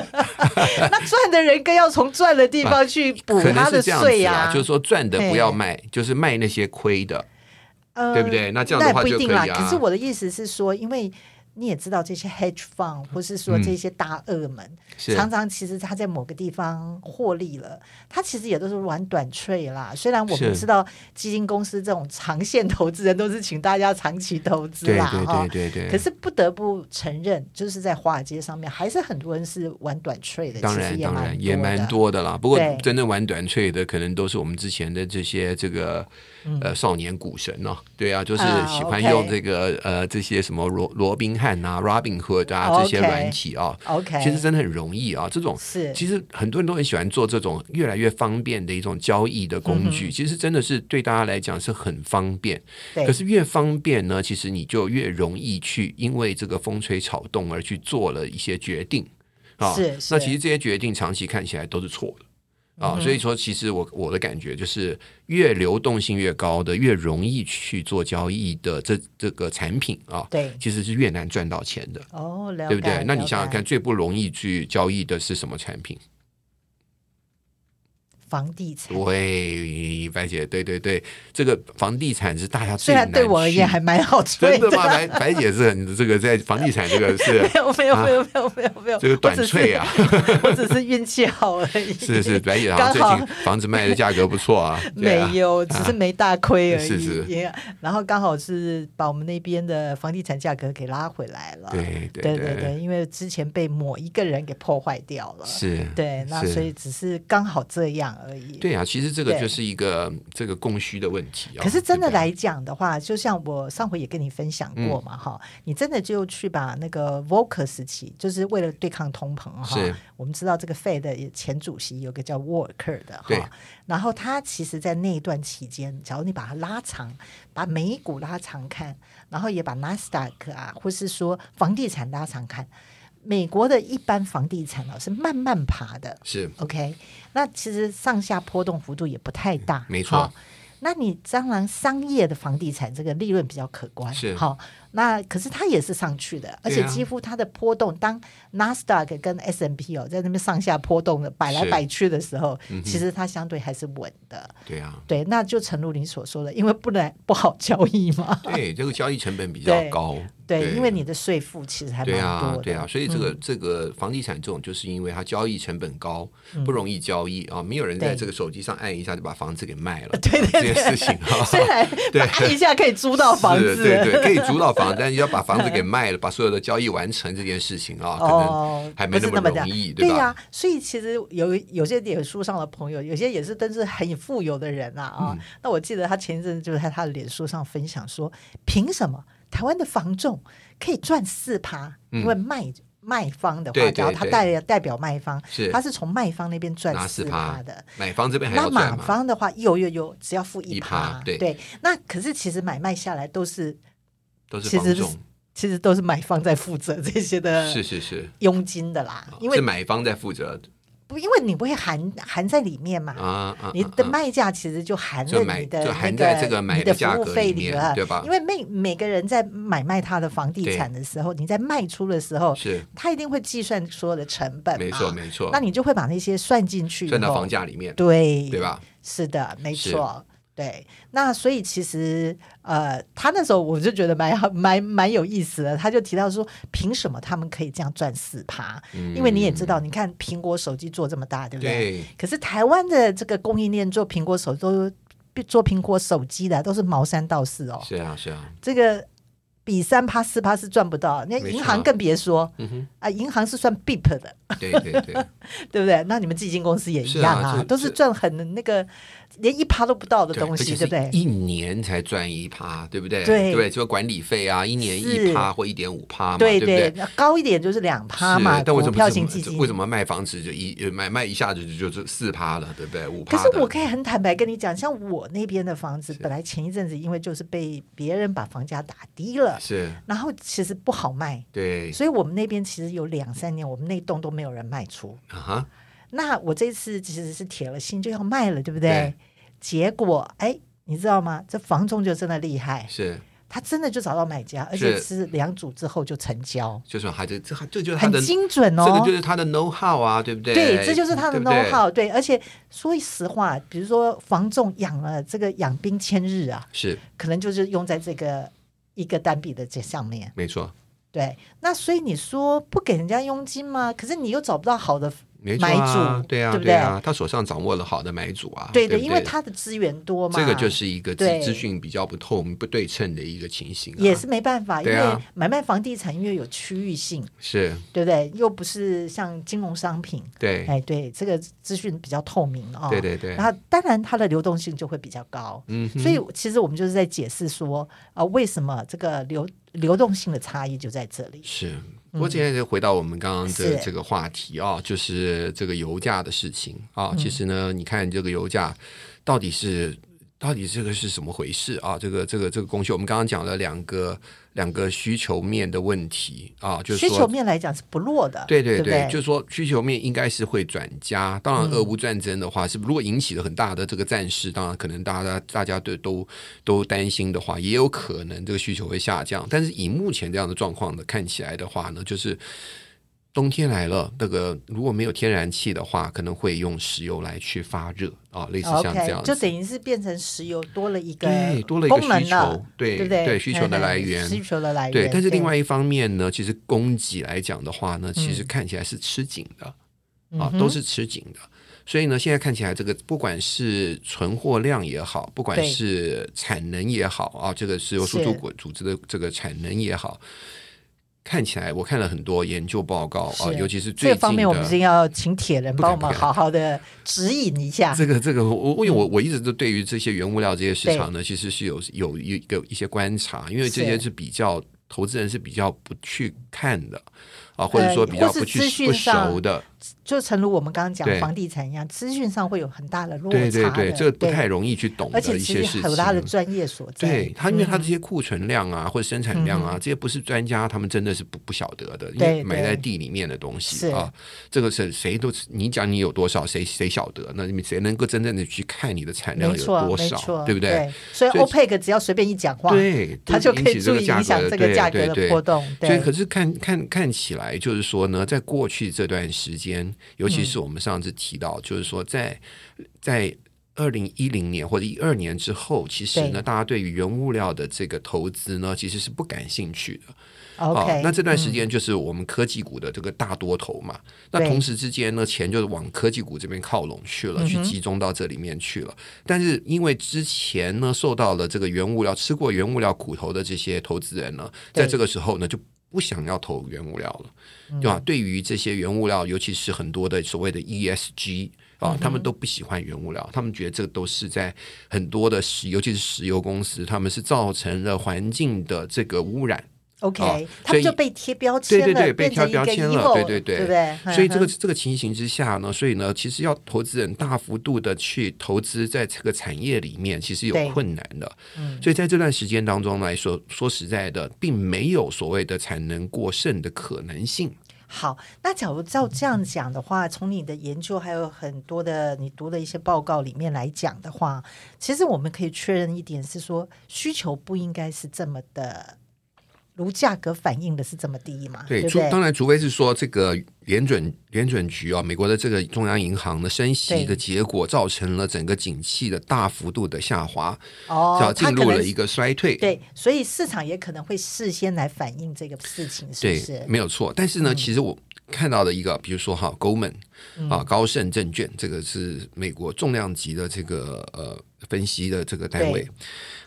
[SPEAKER 1] 那赚的人更要从赚的地方去补
[SPEAKER 2] 啊可能
[SPEAKER 1] 他
[SPEAKER 2] 是
[SPEAKER 1] 的
[SPEAKER 2] 这样
[SPEAKER 1] 税
[SPEAKER 2] 子
[SPEAKER 1] 呀、
[SPEAKER 2] 啦，就是说赚的不
[SPEAKER 1] 哎
[SPEAKER 2] 要卖，就是卖那些亏的，
[SPEAKER 1] 呃
[SPEAKER 2] 对不对那这样的话
[SPEAKER 1] 那也不一定啦
[SPEAKER 2] 就可以啊
[SPEAKER 1] 可是我的意思是说，因为你也知道这些 hedge fund 或是说这些大鳄们，
[SPEAKER 2] 嗯是
[SPEAKER 1] 常常其实他在某个地方获利了，他其实也都是玩短脆啦。虽然我们
[SPEAKER 2] 是
[SPEAKER 1] 知道基金公司这种长线投资人都是请大家长期投资
[SPEAKER 2] 对
[SPEAKER 1] 啦，
[SPEAKER 2] 对
[SPEAKER 1] 哈
[SPEAKER 2] 对。对对。
[SPEAKER 1] 可是不得不承认，就是在华尔街上面，还是很多人是玩短脆的，
[SPEAKER 2] 当
[SPEAKER 1] 哎其
[SPEAKER 2] 然，
[SPEAKER 1] 实
[SPEAKER 2] 当然也
[SPEAKER 1] 也蛮
[SPEAKER 2] 蛮
[SPEAKER 1] 多的。
[SPEAKER 2] 多的啦。不过
[SPEAKER 1] 对
[SPEAKER 2] 真正玩短脆的，可能都是我们之前的这些这个呃少年股神哦。对啊，就是
[SPEAKER 1] 嗯啊
[SPEAKER 2] 喜欢
[SPEAKER 1] OK
[SPEAKER 2] 用这个呃这些什么罗罗宾汉啊、Robin Hood 啊这些
[SPEAKER 1] 哦 OK
[SPEAKER 2] 软体啊，
[SPEAKER 1] OK，
[SPEAKER 2] 其实真的很容易啊。这种
[SPEAKER 1] 是
[SPEAKER 2] 其实很多人都很喜欢做这种越来越方便的一种交易的工
[SPEAKER 1] 嗯
[SPEAKER 2] 具，其实真的是对大家来讲是很方便。
[SPEAKER 1] 对
[SPEAKER 2] 可是越方便呢，其实你就越容易去因为这个风吹草动而去做了一些决定啊。
[SPEAKER 1] 是是嗯
[SPEAKER 2] 那其实这些决定长期看起来都是错的。啊，所以说，其实我我的感觉就是，越流动性越高的，越容易去做交易的这这个产品啊，
[SPEAKER 1] 对
[SPEAKER 2] 其实是越难赚到钱的。
[SPEAKER 1] 哦，了解，
[SPEAKER 2] 对不对？那你
[SPEAKER 1] 了
[SPEAKER 2] 想想
[SPEAKER 1] 解
[SPEAKER 2] 看，，最不容易去交易的是什么产品？
[SPEAKER 1] 房地产，
[SPEAKER 2] 对，白姐，对对对，这个房地产是大家
[SPEAKER 1] 虽
[SPEAKER 2] 最难
[SPEAKER 1] 然
[SPEAKER 2] 去。
[SPEAKER 1] 对我而言还蛮好吹
[SPEAKER 2] 真的吗？白白姐是很这个在房地产这个是
[SPEAKER 1] 没有没有没有没有没有没有，
[SPEAKER 2] 这个短脆啊，
[SPEAKER 1] 我只是，我只是运气好而已。
[SPEAKER 2] 是是，白姐好像
[SPEAKER 1] 刚好
[SPEAKER 2] 最近房子卖的价格不 错啊，对啊
[SPEAKER 1] 没，有，只是没大亏而已。
[SPEAKER 2] 是是
[SPEAKER 1] 也然后刚好是把我们那边的房地产价格给拉回来了。
[SPEAKER 2] 对对
[SPEAKER 1] 对对，因为之前被某一个人给破坏掉了。
[SPEAKER 2] 是，
[SPEAKER 1] 对，那
[SPEAKER 2] 是
[SPEAKER 1] 所以只是刚好这样而已。
[SPEAKER 2] 对啊，其实这个
[SPEAKER 1] 对
[SPEAKER 2] 就是一个这个供需的问题啊。
[SPEAKER 1] 可是真的
[SPEAKER 2] 对不对嗯
[SPEAKER 1] 来讲的话，就像我上回也跟你分享过嘛，哈、你真的就去把那个 Volcker 时期，就是为了对抗通膨哈
[SPEAKER 2] 是。
[SPEAKER 1] 我们知道这个 Fed 的前主席有个叫沃克的
[SPEAKER 2] 对
[SPEAKER 1] 哈，然后他其实在那一段期间，假如你把它拉长，把美股拉长看，然后也把纳斯达克啊，或是说房地产拉长看，美国的一般房地产啊是慢慢爬的，
[SPEAKER 2] 是
[SPEAKER 1] OK，那其实上下波动幅度也不太大，
[SPEAKER 2] 没错
[SPEAKER 1] 好。那你当然商业的房地产这个利润比较可观，
[SPEAKER 2] 是
[SPEAKER 1] 好。那可是它也是上去的，而
[SPEAKER 2] 对
[SPEAKER 1] 且
[SPEAKER 2] 啊
[SPEAKER 1] 几乎它的波动，当 Nasdaq 跟 S M P 哦在那边上下波动的摆来
[SPEAKER 2] 是嗯
[SPEAKER 1] 摆去的时候，其实它相对还是稳的。
[SPEAKER 2] 对啊，
[SPEAKER 1] 对，那就诚如你所说的，因为不然不好交易嘛。
[SPEAKER 2] 对这个交易成本比较
[SPEAKER 1] 对
[SPEAKER 2] 高，
[SPEAKER 1] 对，因为你的税负其实还蛮
[SPEAKER 2] 对啊
[SPEAKER 1] 多，的。嗯
[SPEAKER 2] 对啊，所以这个、这个房地产这种，就是因为它交易成本高，不容易交易啊，没有人在
[SPEAKER 1] 对
[SPEAKER 2] 这个手机上按一下就把房子给卖 了，对对这件事情啊。
[SPEAKER 1] 虽然
[SPEAKER 2] 对
[SPEAKER 1] 按一下可以租到房
[SPEAKER 2] 是
[SPEAKER 1] 子，嗯
[SPEAKER 2] 对 对，可以租到房，但是要把房子给卖了，把所有的交易完成这件事情啊，可
[SPEAKER 1] 哦
[SPEAKER 2] 能，还没
[SPEAKER 1] 不是
[SPEAKER 2] 么
[SPEAKER 1] 这样
[SPEAKER 2] 容易，
[SPEAKER 1] 对
[SPEAKER 2] 吧？
[SPEAKER 1] 呀、所以其实有有些脸书上的朋友，有些也是真是很富有的人啊啊、
[SPEAKER 2] 嗯
[SPEAKER 1] 那我记得他前一阵就是在他的脸书上分享说，凭什么台湾的房仲可以赚四趴？因为卖。卖方的话，
[SPEAKER 2] 嗯对对
[SPEAKER 1] 只要他
[SPEAKER 2] 对
[SPEAKER 1] 代代表卖方，
[SPEAKER 2] 是
[SPEAKER 1] 他是从卖方那边赚
[SPEAKER 2] 拿
[SPEAKER 1] 四
[SPEAKER 2] 4%
[SPEAKER 1] 趴的，
[SPEAKER 2] 买方这边还
[SPEAKER 1] 那
[SPEAKER 2] 要
[SPEAKER 1] 马
[SPEAKER 2] 赚嘛？
[SPEAKER 1] 方的话，有有有，只要付一
[SPEAKER 2] 一趴对
[SPEAKER 1] 那可是其实买卖下来都是，
[SPEAKER 2] 都是
[SPEAKER 1] 其实
[SPEAKER 2] 房
[SPEAKER 1] 是
[SPEAKER 2] 仲，
[SPEAKER 1] 其实都是买方在负责这些的
[SPEAKER 2] 是是是，哦
[SPEAKER 1] 佣金的啦，因为
[SPEAKER 2] 是买方在负责，
[SPEAKER 1] 不，因为你不会含含在里面嘛，
[SPEAKER 2] 啊啊，
[SPEAKER 1] 你
[SPEAKER 2] 啊
[SPEAKER 1] 的
[SPEAKER 2] 啊
[SPEAKER 1] 卖价其实就含
[SPEAKER 2] 就
[SPEAKER 1] 在
[SPEAKER 2] 买
[SPEAKER 1] 你的
[SPEAKER 2] 就
[SPEAKER 1] 那
[SPEAKER 2] 含在这个买
[SPEAKER 1] 你
[SPEAKER 2] 的
[SPEAKER 1] 的
[SPEAKER 2] 价
[SPEAKER 1] 服务
[SPEAKER 2] 格
[SPEAKER 1] 费
[SPEAKER 2] 里面
[SPEAKER 1] 了，
[SPEAKER 2] 对吧
[SPEAKER 1] 因为每每个人在买卖他的房地产的时候，你在卖出的时候，
[SPEAKER 2] 是
[SPEAKER 1] 他一定会计算所有的成本嘛，
[SPEAKER 2] 没错没错
[SPEAKER 1] 啊那，你就会把那些算进去以后，
[SPEAKER 2] 算到房价里面，
[SPEAKER 1] 对
[SPEAKER 2] 对？吧？
[SPEAKER 1] 是的，没
[SPEAKER 2] 是
[SPEAKER 1] 错。对，那所以其实呃，他那时候我就觉得蛮好蛮蛮有意思的，他就提到说，凭什么他们可以这样赚四趴？因为你也知道，你看苹果手机做这么大，对不对？
[SPEAKER 2] 嗯对，
[SPEAKER 1] 可是台湾的这个供应链做苹果手都做苹果手机的都是毛三到四哦，
[SPEAKER 2] 是啊 是啊，
[SPEAKER 1] 这个比三趴四趴是赚不到，那
[SPEAKER 2] 没
[SPEAKER 1] 银
[SPEAKER 2] 错
[SPEAKER 1] 行更别说
[SPEAKER 2] 嗯哼，
[SPEAKER 1] 啊，银行是算 BIP 的，
[SPEAKER 2] 对对对，
[SPEAKER 1] 对不对？那你们基金公司也一样
[SPEAKER 2] 是啊
[SPEAKER 1] 啊，
[SPEAKER 2] 这
[SPEAKER 1] 都是
[SPEAKER 2] 这
[SPEAKER 1] 赚很那个连一趴都不到的
[SPEAKER 2] 对
[SPEAKER 1] 东西，
[SPEAKER 2] 而且
[SPEAKER 1] 对
[SPEAKER 2] 是
[SPEAKER 1] 不对？
[SPEAKER 2] 一年才赚一趴，对不对？
[SPEAKER 1] 对
[SPEAKER 2] 对，就管理费啊，一年
[SPEAKER 1] 是
[SPEAKER 2] 一趴或一点五趴嘛，
[SPEAKER 1] 对
[SPEAKER 2] 不对？
[SPEAKER 1] 那高一点就是两趴
[SPEAKER 2] 是
[SPEAKER 1] 嘛，
[SPEAKER 2] 但为什
[SPEAKER 1] 股
[SPEAKER 2] 么
[SPEAKER 1] 票
[SPEAKER 2] 这
[SPEAKER 1] 型
[SPEAKER 2] 么
[SPEAKER 1] 基金。
[SPEAKER 2] 为什么卖房子就一买卖一下子就就是四趴了，对不对？五
[SPEAKER 1] 可
[SPEAKER 2] 趴
[SPEAKER 1] 是
[SPEAKER 2] 的。
[SPEAKER 1] 我可以很坦白跟你讲，像我那边的房子，本来前一阵子因为就是被别人把房价打低了，
[SPEAKER 2] 是
[SPEAKER 1] 然后其实不好卖，
[SPEAKER 2] 对
[SPEAKER 1] 所以我们那边其实有两三年，我们那栋都没有人卖出。
[SPEAKER 2] 啊哈，
[SPEAKER 1] 那我这次其实是铁了心就要卖了，对不对？
[SPEAKER 2] 对
[SPEAKER 1] 结果哎，你知道吗？这房仲就真的厉害，
[SPEAKER 2] 是
[SPEAKER 1] 他真的就找到买家，而且是两组之后就成交，
[SPEAKER 2] 就是他的这这就是他
[SPEAKER 1] 很
[SPEAKER 2] 的
[SPEAKER 1] 精准
[SPEAKER 2] 这
[SPEAKER 1] 哦
[SPEAKER 2] 个。就是他的 know how 啊，对不对？
[SPEAKER 1] 对，这就是他的
[SPEAKER 2] 对不对
[SPEAKER 1] know how 对，而且说实话，比如说房仲养了这个养兵千日啊，
[SPEAKER 2] 是
[SPEAKER 1] 可能就是用在这个一个单笔的这上面。
[SPEAKER 2] 没错，
[SPEAKER 1] 对，那所以你说不给人家佣金吗？可是你又找不到好的，
[SPEAKER 2] 没错啊
[SPEAKER 1] 买，主
[SPEAKER 2] 对啊，
[SPEAKER 1] 对不对
[SPEAKER 2] 对啊，他手上掌握了好的买主啊，
[SPEAKER 1] 对
[SPEAKER 2] 对
[SPEAKER 1] 的，
[SPEAKER 2] 不
[SPEAKER 1] 因为他的资源多嘛。
[SPEAKER 2] 这个就是一个资
[SPEAKER 1] 对
[SPEAKER 2] 资讯比较不透明、不对称的一个情形、啊，
[SPEAKER 1] 也是没办法，因
[SPEAKER 2] 对啊
[SPEAKER 1] 为买卖房地产因为有区域性，
[SPEAKER 2] 是
[SPEAKER 1] 对不对？又不是像金融商品，
[SPEAKER 2] 对，
[SPEAKER 1] 哎，对，这个资讯比较透明哦。
[SPEAKER 2] 对对对
[SPEAKER 1] 然，后当然它的流动性就会比较高。
[SPEAKER 2] 嗯哼，
[SPEAKER 1] 所以其实我们就是在解释说，啊、为什么这个流流动性的差异就在这里。
[SPEAKER 2] 是。不过今天就回到我们刚刚的
[SPEAKER 1] 嗯是
[SPEAKER 2] 这个话题啊、就是这个油价的事情啊、
[SPEAKER 1] 嗯
[SPEAKER 2] 其实呢，你看这个油价到底是到底这个是什么回事啊？这个这个这个供需，我们刚刚讲了两个两个需求面的问题啊，就是
[SPEAKER 1] 需求
[SPEAKER 2] 说。
[SPEAKER 1] 面来讲是不弱的，
[SPEAKER 2] 对
[SPEAKER 1] 对嗯
[SPEAKER 2] 对
[SPEAKER 1] 不
[SPEAKER 2] 就是说需求面应该是会转加。当然，俄乌战争的话，是如果引起了很大的这个战事，当然可能大家大家对都都担心的话，也有可能这个需求会下降。但是以目前这样的状况呢，看起来的话呢，就是。冬天来了，那个如果没有天然气的话，可能会用石油来去发热啊，类似像这样
[SPEAKER 1] OK，就
[SPEAKER 2] 子
[SPEAKER 1] 等于是变成石油多了一个
[SPEAKER 2] 对多了一个
[SPEAKER 1] 功
[SPEAKER 2] 需
[SPEAKER 1] 能了
[SPEAKER 2] 求，，对
[SPEAKER 1] 对不对？
[SPEAKER 2] 需求的
[SPEAKER 1] 嗯
[SPEAKER 2] 来源，
[SPEAKER 1] 需求的来源。
[SPEAKER 2] 对，但是另外一方面呢，其实供给来讲的话呢，其实
[SPEAKER 1] 嗯
[SPEAKER 2] 看起来是吃紧的、啊，都是吃紧的。所以呢，现在看起来这个不管是存货量也好，不管
[SPEAKER 1] 对
[SPEAKER 2] 是产能也好啊，这个石油输出
[SPEAKER 1] 是
[SPEAKER 2] 国组织的这个产能也好，看起来我看了很多研究报告啊，
[SPEAKER 1] 是
[SPEAKER 2] 尤其是最
[SPEAKER 1] 这
[SPEAKER 2] 近
[SPEAKER 1] 方面，我们是
[SPEAKER 2] 的。
[SPEAKER 1] 要请铁人
[SPEAKER 2] 不
[SPEAKER 1] 帮
[SPEAKER 2] 敢
[SPEAKER 1] 我们
[SPEAKER 2] 不敢
[SPEAKER 1] 好好的指引一下。
[SPEAKER 2] 这个这个，我我因为
[SPEAKER 1] 嗯
[SPEAKER 2] 我我一直都对于这些原物料这些市场呢，其实是有有一个一些观察，因为这些
[SPEAKER 1] 是
[SPEAKER 2] 是比较投资人是比较不去看的啊，或者说比较
[SPEAKER 1] 或是
[SPEAKER 2] 不去
[SPEAKER 1] 资讯
[SPEAKER 2] 不
[SPEAKER 1] 上
[SPEAKER 2] 熟的，
[SPEAKER 1] 就诚如我们刚刚讲
[SPEAKER 2] 对
[SPEAKER 1] 房地产一样，资讯上会有很大的落差
[SPEAKER 2] 对
[SPEAKER 1] 的，
[SPEAKER 2] 对对，这个不
[SPEAKER 1] 对
[SPEAKER 2] 太容易去懂
[SPEAKER 1] 而
[SPEAKER 2] 的
[SPEAKER 1] 且
[SPEAKER 2] 一
[SPEAKER 1] 其
[SPEAKER 2] 些
[SPEAKER 1] 实
[SPEAKER 2] 事
[SPEAKER 1] 还有他的
[SPEAKER 2] 情。
[SPEAKER 1] 专业所在。
[SPEAKER 2] 对他，因为
[SPEAKER 1] 嗯
[SPEAKER 2] 他这些库存量啊，或者生产量啊，这些不是专家，他们真的是不不晓得的，因
[SPEAKER 1] 对
[SPEAKER 2] 为埋在
[SPEAKER 1] 对
[SPEAKER 2] 地里面的东
[SPEAKER 1] 是
[SPEAKER 2] 西啊，这个是谁都你讲你有多少，谁谁晓得？那你们谁能够真正的去看你的产量
[SPEAKER 1] 没
[SPEAKER 2] 有
[SPEAKER 1] 错，
[SPEAKER 2] 多
[SPEAKER 1] 没
[SPEAKER 2] 少
[SPEAKER 1] 错，，
[SPEAKER 2] 对不对？
[SPEAKER 1] 对？所以
[SPEAKER 2] 所以
[SPEAKER 1] OPEC 只要随便一讲话，
[SPEAKER 2] 对，
[SPEAKER 1] 它就
[SPEAKER 2] 引
[SPEAKER 1] 可以
[SPEAKER 2] 起
[SPEAKER 1] 注
[SPEAKER 2] 这个
[SPEAKER 1] 意
[SPEAKER 2] 价
[SPEAKER 1] 影响
[SPEAKER 2] 格
[SPEAKER 1] 这个价格
[SPEAKER 2] 对
[SPEAKER 1] 的
[SPEAKER 2] 对
[SPEAKER 1] 波动
[SPEAKER 2] 对所以
[SPEAKER 1] 对
[SPEAKER 2] 可是看看看起来，就是说呢，在过去这段时间，尤其是我们上次提到，就是说在在。二零一零年或者一二年之后，其实
[SPEAKER 1] 对
[SPEAKER 2] 呢，大家对于原物料的这个投资呢，其实是不感兴趣的。
[SPEAKER 1] ，OK，、嗯
[SPEAKER 2] 哦，那这段时间就是我们科技股的这个大多头嘛。那
[SPEAKER 1] 对嗯
[SPEAKER 2] 同时之间呢，钱就是往科技股这边靠拢去了，去集中到这里面去了。但是因为之前呢，受到了这个原物料吃过原物料苦头的这些投资人呢，
[SPEAKER 1] 对嗯
[SPEAKER 2] 在这个时候呢就。不想要投原物料了，对吧？对于这些原物料，尤其是很多的所谓的 ESG
[SPEAKER 1] 嗯
[SPEAKER 2] 啊，他们都不喜欢原物料，他们觉得这都是在很多的石，尤其是石油公司，他们是造成了环境的这个污染，
[SPEAKER 1] OK，、
[SPEAKER 2] 哦
[SPEAKER 1] 他
[SPEAKER 2] 所
[SPEAKER 1] 们
[SPEAKER 2] 以
[SPEAKER 1] 就被贴标签了，
[SPEAKER 2] 对对对被
[SPEAKER 1] 变成一
[SPEAKER 2] 贴标
[SPEAKER 1] 个
[SPEAKER 2] 签了
[SPEAKER 1] evil，
[SPEAKER 2] 对
[SPEAKER 1] 对
[SPEAKER 2] 对对
[SPEAKER 1] 不对？
[SPEAKER 2] 所以这个
[SPEAKER 1] 嗯
[SPEAKER 2] 这个情形之下呢，所以呢，其实要投资人大幅度的去投资在这个产业里面，其实
[SPEAKER 1] 对
[SPEAKER 2] 有困难的。
[SPEAKER 1] 嗯
[SPEAKER 2] 所以在这段时间当中来说，说实在的，并没有所谓的产能过剩的可能性。
[SPEAKER 1] 哼好，那假如照这样讲的话，从你的研究还有很多的你读的一些报告里面来讲的话，其实我们可以确认一点是说，需求不应该是这么的，如价格反映的是这么低嘛？对
[SPEAKER 2] 对，
[SPEAKER 1] 不
[SPEAKER 2] 除
[SPEAKER 1] 对？
[SPEAKER 2] 当然，除非是说这个联准联准局啊，美国的这个中央银行的升息的
[SPEAKER 1] 对
[SPEAKER 2] 结果，造成了整个景气的大幅度的下滑，
[SPEAKER 1] 哦
[SPEAKER 2] 叫，
[SPEAKER 1] 它
[SPEAKER 2] 进
[SPEAKER 1] 可
[SPEAKER 2] 入
[SPEAKER 1] 能
[SPEAKER 2] 了一个衰退。
[SPEAKER 1] 对，所以市场也可能会事先来反映这个事情，是不
[SPEAKER 2] 对，
[SPEAKER 1] 是？嗯
[SPEAKER 2] 没有错。但是呢，其实我看到的一个，比如说哈，Goldman 啊，高盛证券，这个是美国重量级的这个呃分析的这个单位
[SPEAKER 1] 对，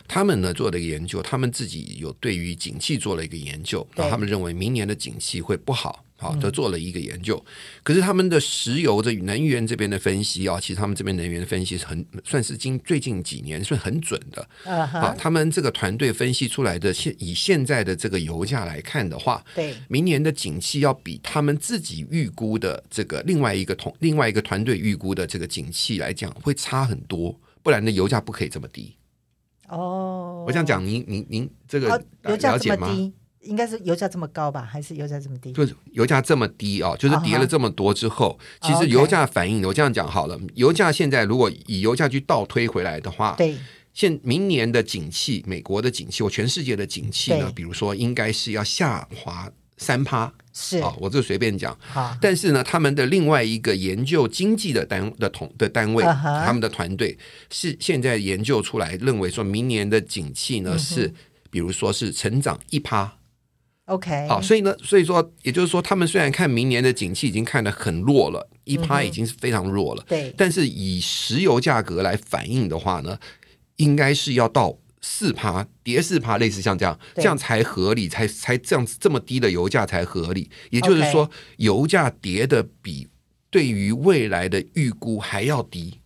[SPEAKER 2] 他们呢做了一个研究，他们自己有对于景气做了一个研究，
[SPEAKER 1] 对嗯
[SPEAKER 2] 然后他们认为明年的景气会不好。好，就做了一个研究，可是他们的石油的能源这边的分析啊，其实他们这边能源的分析是很算是近最近几年算很准的，
[SPEAKER 1] 嗯哼，
[SPEAKER 2] 啊，他们这个团队分析出来的现以现在的这个油价来看的话，
[SPEAKER 1] 对
[SPEAKER 2] 明年的景气要比他们自己预估的这个另外一个同另外一个团队预估的这个景气来讲会差很多，不然呢油价不可以这么低。
[SPEAKER 1] 哦，
[SPEAKER 2] 我这样讲，您您您这个、
[SPEAKER 1] 哦，油价
[SPEAKER 2] 了
[SPEAKER 1] 这
[SPEAKER 2] 解
[SPEAKER 1] 么
[SPEAKER 2] 吗？
[SPEAKER 1] 低，应该是油价这么高吧？还是油价这么低？
[SPEAKER 2] 就是油价这么低啊，就是跌了这么多之
[SPEAKER 1] 哦
[SPEAKER 2] 后其实油价反应，我这样讲好了，油价现在如果以油价去倒推回来的话，
[SPEAKER 1] 对，
[SPEAKER 2] 现明年的景气，美国的景气或全世界的景气呢
[SPEAKER 1] 对，
[SPEAKER 2] 比如说应该是要下滑三趴
[SPEAKER 1] 是
[SPEAKER 2] 啊，我就随便讲。
[SPEAKER 1] 好，
[SPEAKER 2] 但是呢，他们的另外一个研究经济的单的同的单位
[SPEAKER 1] 啊哈
[SPEAKER 2] 他们的团队是现在研究出来，认为说明年的景气
[SPEAKER 1] 嗯
[SPEAKER 2] 呢、是，比如说是成长一趴
[SPEAKER 1] OK，
[SPEAKER 2] 啊，所以呢，所以说，也就是说，他们虽然看明年的景气已经看得很弱了，一趴已经是非常弱了，
[SPEAKER 1] 嗯对，
[SPEAKER 2] 但是以石油价格来反映的话呢，应该是要到四趴，跌四趴，类似像这样，
[SPEAKER 1] 对
[SPEAKER 2] 这样才合理，才才这样子这么低的油价才合理。也就是
[SPEAKER 1] OK
[SPEAKER 2] 说，油价跌的比对于未来的预估还要低，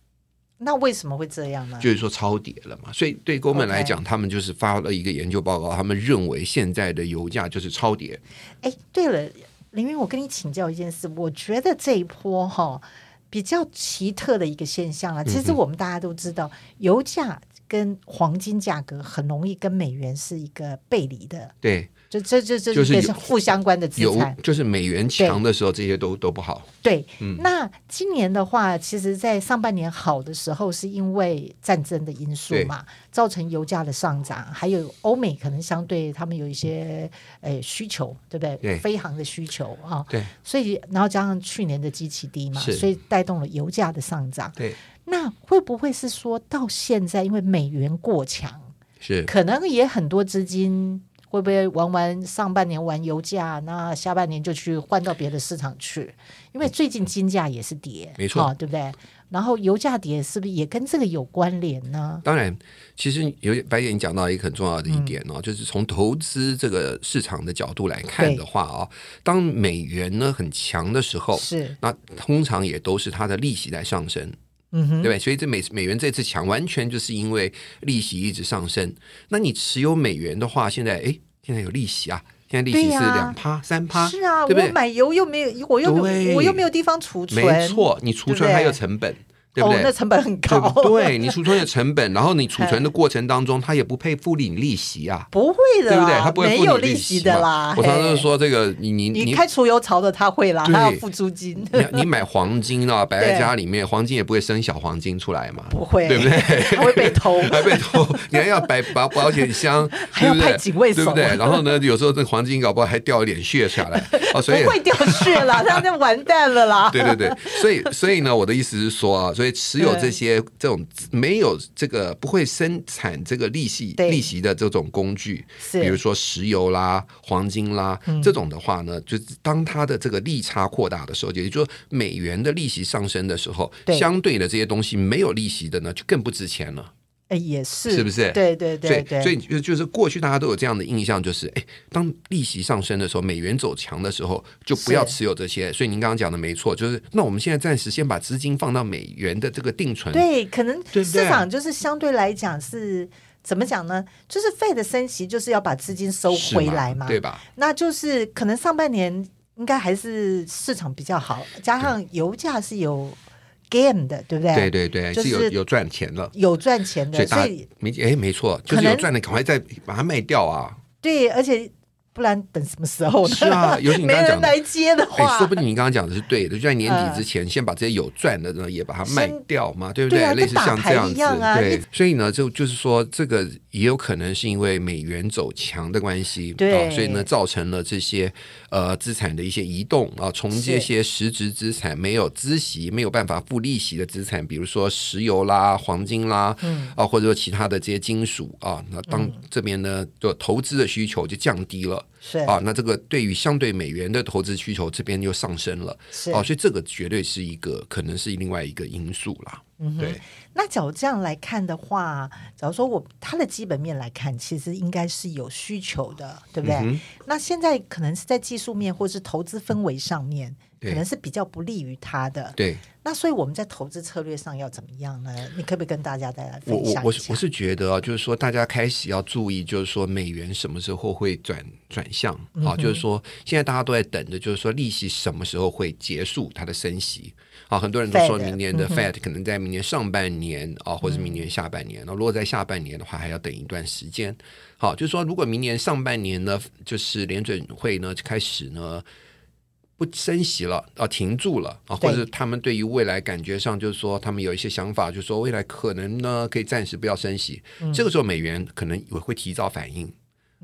[SPEAKER 1] 那为什么会这样呢？
[SPEAKER 2] 就是说超跌了嘛。所以对公们
[SPEAKER 1] OK
[SPEAKER 2] 来讲，他们就是发了一个研究报告，他们认为现在的油价就是超跌。
[SPEAKER 1] 哎，对了，林云，我跟你请教一件事，我觉得这一波哈、比较奇特的一个现象啊，其
[SPEAKER 2] 嗯
[SPEAKER 1] 实我们大家都知道，油价跟黄金价格很容易跟美元是一个背离的，
[SPEAKER 2] 对，
[SPEAKER 1] 就这这这
[SPEAKER 2] 就是
[SPEAKER 1] 这
[SPEAKER 2] 有
[SPEAKER 1] 是互相关的资
[SPEAKER 2] 油
[SPEAKER 1] 产。
[SPEAKER 2] 就是美元强的时候，这些都都不好。
[SPEAKER 1] 对，
[SPEAKER 2] 嗯
[SPEAKER 1] 那今年的话，其实，在上半年好的时候，是因为战争的因素嘛，造成油价的上涨，还有欧美可能相对他们有一些呃需求，对不对？
[SPEAKER 2] 对
[SPEAKER 1] 飞航的需求啊，
[SPEAKER 2] 对
[SPEAKER 1] 所以然后加上去年的基期低嘛，
[SPEAKER 2] 是
[SPEAKER 1] 所以带动了油价的上涨。
[SPEAKER 2] 对，
[SPEAKER 1] 那会不会是说到现在，因为美元过强，
[SPEAKER 2] 是
[SPEAKER 1] 可能也很多资金会不会玩玩上半年玩油价，那下半年就去换到别的市场去？因为最近金价也是跌，
[SPEAKER 2] 没错
[SPEAKER 1] 哦对不对？然后油价跌是不是也跟这个有关联呢？
[SPEAKER 2] 当然，其实有白姐你讲到一个很重要的一点
[SPEAKER 1] 嗯
[SPEAKER 2] 哦，就是从投资这个市场的角度来看的话哦，当美元呢很强的时候，
[SPEAKER 1] 是，
[SPEAKER 2] 那通常也都是它的利息在上升，
[SPEAKER 1] 嗯
[SPEAKER 2] 对不
[SPEAKER 1] 哼，
[SPEAKER 2] 对？所以这美美元这次强，完全就是因为利息一直上升。那你持有美元的话，现在诶，现在有利息啊，现在利息
[SPEAKER 1] 对
[SPEAKER 2] 是
[SPEAKER 1] 呀
[SPEAKER 2] 两趴、三趴，
[SPEAKER 1] 是啊，
[SPEAKER 2] 对不对
[SPEAKER 1] 我买油又没有，我又没有
[SPEAKER 2] 对
[SPEAKER 1] 我又没有地方储存，
[SPEAKER 2] 没错，你储
[SPEAKER 1] 对不
[SPEAKER 2] 存
[SPEAKER 1] 对
[SPEAKER 2] 还有成本，对不
[SPEAKER 1] 哦，那
[SPEAKER 2] 对？
[SPEAKER 1] 成本很
[SPEAKER 2] 对
[SPEAKER 1] 高，
[SPEAKER 2] 不对？你储存的成本，然后你储存的过程当中，它也不配付你利息啊。
[SPEAKER 1] 不会的啦，
[SPEAKER 2] 对不对？他不会
[SPEAKER 1] 没
[SPEAKER 2] 付你
[SPEAKER 1] 有
[SPEAKER 2] 利
[SPEAKER 1] 息
[SPEAKER 2] 息
[SPEAKER 1] 的
[SPEAKER 2] 嘛
[SPEAKER 1] 啦。
[SPEAKER 2] 我常常
[SPEAKER 1] 嘿
[SPEAKER 2] 就，说这个，你你
[SPEAKER 1] 你
[SPEAKER 2] 你
[SPEAKER 1] 开除油槽的他会啦，
[SPEAKER 2] 对
[SPEAKER 1] 他要付租金，
[SPEAKER 2] 你你买黄金啊，摆在
[SPEAKER 1] 对
[SPEAKER 2] 家里面，黄金也不会生小黄金出来嘛，
[SPEAKER 1] 不会，
[SPEAKER 2] 对不 对？
[SPEAKER 1] 他会被 偷。
[SPEAKER 2] 还被偷，你还要摆保保险箱，
[SPEAKER 1] 还要
[SPEAKER 2] 对不对
[SPEAKER 1] 派警卫
[SPEAKER 2] 对不
[SPEAKER 1] 守
[SPEAKER 2] 对？ 然后呢，有时候这黄金搞不好还掉一点血下来哦，所以
[SPEAKER 1] 不会掉屑 啦，他就完蛋了啦。
[SPEAKER 2] 对对对，所以所以呢，我的意思是说啊，所以持有这些这种没有这个不会生产这个利息
[SPEAKER 1] 对
[SPEAKER 2] 利息的这种工具，
[SPEAKER 1] 是嗯
[SPEAKER 2] 比如说石油啦、黄金啦、这种的话呢，就是当它的这个利差扩大的时候，也就是说美元的利息上升的时候
[SPEAKER 1] 对，
[SPEAKER 2] 相对的这些东西没有利息的呢，就更不值钱了。
[SPEAKER 1] 哎，也是，
[SPEAKER 2] 是不是
[SPEAKER 1] 对对
[SPEAKER 2] 所
[SPEAKER 1] 对
[SPEAKER 2] 以
[SPEAKER 1] 对，
[SPEAKER 2] 所以就就是过去大家都有这样的印象，就是哎，当利息上升的时候，美元走强的时候，就不要
[SPEAKER 1] 是
[SPEAKER 2] 持有这些。所以您刚刚讲的没错，就是那我们现在暂时先把资金放到美元的这个定存。
[SPEAKER 1] 对，可能
[SPEAKER 2] 对不对
[SPEAKER 1] 市场就是相对来讲是怎么讲呢？就是费的升息就是要把资金收
[SPEAKER 2] 是
[SPEAKER 1] 回来嘛，
[SPEAKER 2] 对吧？
[SPEAKER 1] 那就是可能上半年应该还是市场比较好，加上油价是有 game 的，对不对？
[SPEAKER 2] 对对对，
[SPEAKER 1] 就是
[SPEAKER 2] 是有有赚钱了，
[SPEAKER 1] 有赚钱
[SPEAKER 2] 所
[SPEAKER 1] 的，
[SPEAKER 2] 以大
[SPEAKER 1] 所
[SPEAKER 2] 家
[SPEAKER 1] 以
[SPEAKER 2] 没哎没错，就
[SPEAKER 1] 可
[SPEAKER 2] 是有
[SPEAKER 1] 能
[SPEAKER 2] 赚的，赶快再把它卖掉啊！
[SPEAKER 1] 对，而且不然等什么时候呢？
[SPEAKER 2] 是啊尤其你
[SPEAKER 1] 没
[SPEAKER 2] 刚刚
[SPEAKER 1] 人
[SPEAKER 2] 讲的
[SPEAKER 1] 来接的
[SPEAKER 2] 哎，
[SPEAKER 1] 话，
[SPEAKER 2] 说不定你刚刚讲的是对的，就在年底
[SPEAKER 1] 呃
[SPEAKER 2] 之前，先把这些有赚的呢也把它卖
[SPEAKER 1] 先
[SPEAKER 2] 掉嘛，对不
[SPEAKER 1] 对啊
[SPEAKER 2] 类
[SPEAKER 1] 跟
[SPEAKER 2] 似
[SPEAKER 1] 打
[SPEAKER 2] 像
[SPEAKER 1] 牌
[SPEAKER 2] 这样
[SPEAKER 1] 一
[SPEAKER 2] 子
[SPEAKER 1] 样，啊
[SPEAKER 2] 对
[SPEAKER 1] 你。
[SPEAKER 2] 所以呢，就就是说，这个也有可能是因为美元走强的关系，
[SPEAKER 1] 对
[SPEAKER 2] 啊，所以呢，造成了这些呃资产的一些移动啊，从这
[SPEAKER 1] 是
[SPEAKER 2] 些实质资产没有孳息、没有办法付利息的资产，比如说石油啦、黄金啦，嗯、啊，或者说其他的这些金属啊，那
[SPEAKER 1] 嗯
[SPEAKER 2] 当这边呢，就投资的需求就降低了。
[SPEAKER 1] 是
[SPEAKER 2] 啊，那这个对于相对美元的投资需求这边又上升了，
[SPEAKER 1] 是
[SPEAKER 2] 哦，所以这个绝对是一个可能是另外一个因素啦，对，
[SPEAKER 1] 那假如这样来看的话，假如说我它的基本面来看，其实应该是有需求的，对不对？
[SPEAKER 2] 嗯哼
[SPEAKER 1] 那现在可能是在技术面或是投资氛围上面，可
[SPEAKER 2] 对
[SPEAKER 1] 能是比较不利于它的。
[SPEAKER 2] 对
[SPEAKER 1] 那所以我们在投资策略上要怎么样呢？你可不可以跟大家再来
[SPEAKER 2] 我
[SPEAKER 1] 分
[SPEAKER 2] 我
[SPEAKER 1] 享
[SPEAKER 2] 我
[SPEAKER 1] 一
[SPEAKER 2] 是我
[SPEAKER 1] 下？
[SPEAKER 2] 是觉得啊，就是说大家开始要注意，就是说美元什么时候会转转向
[SPEAKER 1] 嗯
[SPEAKER 2] 啊，就是说现在大家都在等着，就是说利息什么时候会结束它的升息啊，很多人都说
[SPEAKER 1] Fed
[SPEAKER 2] 明年
[SPEAKER 1] 嗯
[SPEAKER 2] 的 Fed 可能在明年上半年啊，或者明年下半年，哦那如果在下半年的话，还要等一段时间。好，就是说，如果明年上半年呢，就是联准会呢开始呢不升息了啊，停住了啊，
[SPEAKER 1] 对
[SPEAKER 2] 或者他们对于未来感觉上就是说，他们有一些想法，就是说未来可能呢可以暂时不要升息，
[SPEAKER 1] 嗯
[SPEAKER 2] 这个时候美元可能也会提早反应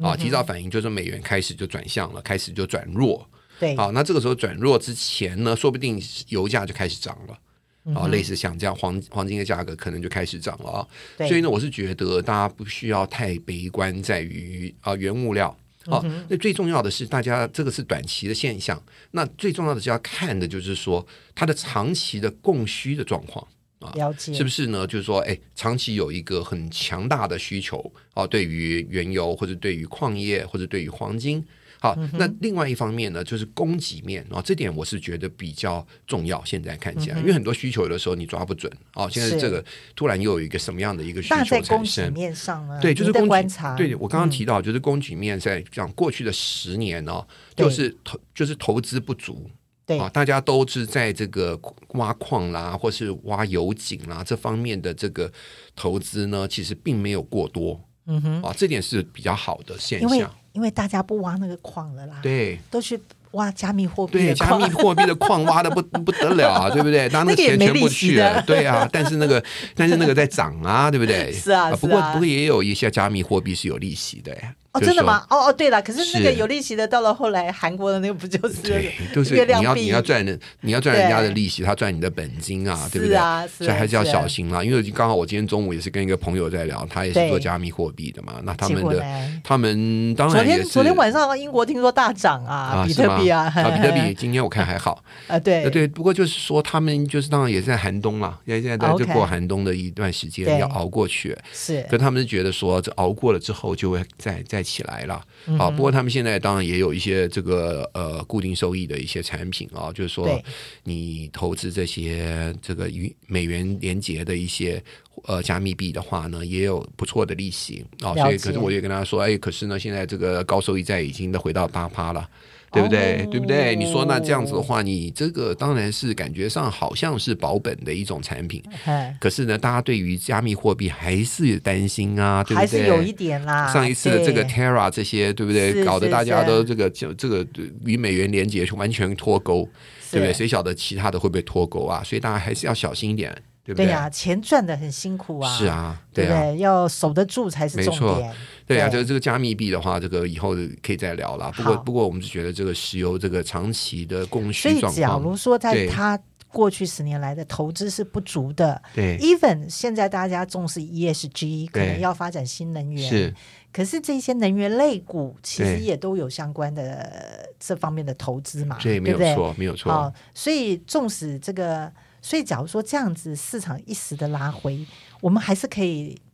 [SPEAKER 2] 啊，提早反应就是美元开始就转向了，开始就转弱。
[SPEAKER 1] 对，
[SPEAKER 2] 好，那这个时候转弱之前呢，说不定油价就开始涨了。
[SPEAKER 1] 嗯
[SPEAKER 2] 啊，类似像这样黄黄金的价格可能就开始涨了啊，
[SPEAKER 1] 对
[SPEAKER 2] 所以呢，我是觉得大家不需要太悲观，在于啊、原物料啊，那最重要的是大家这个是短期的现象，那最重要的是要看的就是说它的长期的供需的状况。
[SPEAKER 1] 了解
[SPEAKER 2] 是不是呢？就是说，哎，长期有一个很强大的需求啊，对于原油或者对于矿业或者对于黄金。好，
[SPEAKER 1] 嗯
[SPEAKER 2] 那另外一方面呢，就是供给面啊，这点我是觉得比较重要。现在看起来，因为很多需求的时候你抓不准啊，现
[SPEAKER 1] 嗯
[SPEAKER 2] 在
[SPEAKER 1] 是
[SPEAKER 2] 这个突然又有一个什么样的一个需
[SPEAKER 1] 那
[SPEAKER 2] 求
[SPEAKER 1] 在供
[SPEAKER 2] 产
[SPEAKER 1] 给
[SPEAKER 2] 生。
[SPEAKER 1] 面上呢？
[SPEAKER 2] 对，就是
[SPEAKER 1] 呃您的
[SPEAKER 2] 供
[SPEAKER 1] 观
[SPEAKER 2] 给
[SPEAKER 1] 察，嗯
[SPEAKER 2] 对，我刚刚提到，就是供给面在讲过去的十年呢、哦，
[SPEAKER 1] 对
[SPEAKER 2] 就是投就是投资不足，
[SPEAKER 1] 对
[SPEAKER 2] 啊，大家都是在这个挖矿啦，或是挖油井啦这方面的这个投资呢，其实并没有过多，嗯哼，啊，这点是比较好的现
[SPEAKER 1] 因为
[SPEAKER 2] 象。
[SPEAKER 1] 因为大家不挖那个矿了啦，，
[SPEAKER 2] 对
[SPEAKER 1] 都去挖加密货币
[SPEAKER 2] 对，
[SPEAKER 1] 的
[SPEAKER 2] 加密
[SPEAKER 1] 矿，
[SPEAKER 2] 货币的矿挖的 不不得了啊，对不对？那那
[SPEAKER 1] 那
[SPEAKER 2] 个
[SPEAKER 1] 个也
[SPEAKER 2] 钱
[SPEAKER 1] 没
[SPEAKER 2] 全部
[SPEAKER 1] 利息
[SPEAKER 2] 去了
[SPEAKER 1] 的，
[SPEAKER 2] 对啊。但是那个但是那个在涨啊，对不 对？
[SPEAKER 1] 是啊
[SPEAKER 2] 不
[SPEAKER 1] 是
[SPEAKER 2] 过
[SPEAKER 1] 啊
[SPEAKER 2] 不过也有一些加密货币是有利息的哎。
[SPEAKER 1] 哦，
[SPEAKER 2] 就是
[SPEAKER 1] 真的
[SPEAKER 2] 说
[SPEAKER 1] 吗？哦哦，对了，可是那个
[SPEAKER 2] 是
[SPEAKER 1] 有利息的，到了后来韩国的那个不就是
[SPEAKER 2] 对，就是
[SPEAKER 1] 月亮
[SPEAKER 2] 你要
[SPEAKER 1] 币
[SPEAKER 2] 你要赚人，你要赚人家的
[SPEAKER 1] 对
[SPEAKER 2] 利息，他赚你的本金啊，对不
[SPEAKER 1] 是
[SPEAKER 2] 对？
[SPEAKER 1] 啊是
[SPEAKER 2] 所以还是要
[SPEAKER 1] 是
[SPEAKER 2] 小心啦。因为刚好我今天中午也是跟一个朋友在聊，他也是做
[SPEAKER 1] 对
[SPEAKER 2] 加密货币的嘛，那他
[SPEAKER 1] 结
[SPEAKER 2] 们
[SPEAKER 1] 果
[SPEAKER 2] 的
[SPEAKER 1] 呢
[SPEAKER 2] 他们当
[SPEAKER 1] 昨
[SPEAKER 2] 然也
[SPEAKER 1] 天
[SPEAKER 2] 是
[SPEAKER 1] 昨天晚上英国听说大涨啊，
[SPEAKER 2] 啊，
[SPEAKER 1] 比
[SPEAKER 2] 是
[SPEAKER 1] 特
[SPEAKER 2] 吗
[SPEAKER 1] 币啊，
[SPEAKER 2] 啊，比 特币今天我看还好，
[SPEAKER 1] 啊，对
[SPEAKER 2] 呃对，不过就是说他们就是当然也是在寒冬啦，现在在
[SPEAKER 1] 啊
[SPEAKER 2] 这
[SPEAKER 1] ，OK
[SPEAKER 2] 过寒冬的一段时间
[SPEAKER 1] 对
[SPEAKER 2] 要熬过去。
[SPEAKER 1] 是
[SPEAKER 2] 可他们是觉得说，这熬过了之后就会再再起来了。
[SPEAKER 1] 嗯
[SPEAKER 2] 啊，不过他们现在当然也有一些这个呃固定收益的一些产品啊，就是说
[SPEAKER 1] 对
[SPEAKER 2] 你投资这些这个与美元连结的一些呃加密币的话呢，也有不错的利息啊。所
[SPEAKER 1] 了
[SPEAKER 2] 以
[SPEAKER 1] 解
[SPEAKER 2] 可是我就跟他说，哎，可是呢，现在这个高收益债已经都回到八趴了。对不对？
[SPEAKER 1] 哦
[SPEAKER 2] 对不对？你说那这样子的话，你这个当然是感觉上好像是保本的一种产品，
[SPEAKER 1] 嗯
[SPEAKER 2] 可是呢，大家对于加密货币还是担心啊，对不对？
[SPEAKER 1] 还是有一点啦。
[SPEAKER 2] 上一次的这个
[SPEAKER 1] 对
[SPEAKER 2] Terra 这些，对不
[SPEAKER 1] 是
[SPEAKER 2] 对？搞得大家
[SPEAKER 1] 是
[SPEAKER 2] 都这个就这个与美元连接完全脱钩，对不对？
[SPEAKER 1] 是
[SPEAKER 2] 谁晓得其他的会不会脱钩啊？所以大家还是要小心一点，对不
[SPEAKER 1] 对
[SPEAKER 2] 对？
[SPEAKER 1] 呀，钱赚的很辛苦啊，
[SPEAKER 2] 是，啊，
[SPEAKER 1] 对
[SPEAKER 2] 对
[SPEAKER 1] 不
[SPEAKER 2] 啊。
[SPEAKER 1] 对？要守得住才是
[SPEAKER 2] 没
[SPEAKER 1] 重
[SPEAKER 2] 错
[SPEAKER 1] 点。
[SPEAKER 2] 对啊，
[SPEAKER 1] 对
[SPEAKER 2] 这个这个加密币的话，这个以后可以再聊啦。不过
[SPEAKER 1] 好
[SPEAKER 2] 不过，我们是觉得这个石油这个长期的供
[SPEAKER 1] 所
[SPEAKER 2] 需
[SPEAKER 1] 以，
[SPEAKER 2] 状
[SPEAKER 1] 假
[SPEAKER 2] 况，
[SPEAKER 1] 如说在
[SPEAKER 2] 对
[SPEAKER 1] 他过去十年来的投资是不足的
[SPEAKER 2] 对
[SPEAKER 1] ，even 现在大家重视 ESG，可
[SPEAKER 2] 对
[SPEAKER 1] 能要发展新能源，
[SPEAKER 2] 是
[SPEAKER 1] 可是这些能源类股其实
[SPEAKER 2] 对
[SPEAKER 1] 也都有相关的呃这方面的投资嘛，
[SPEAKER 2] 对，没有
[SPEAKER 1] 不对？
[SPEAKER 2] 错，没有错。
[SPEAKER 1] 哦，所以纵使这个，所以假如说这样子市场一时的拉回，我们还是可以，嗯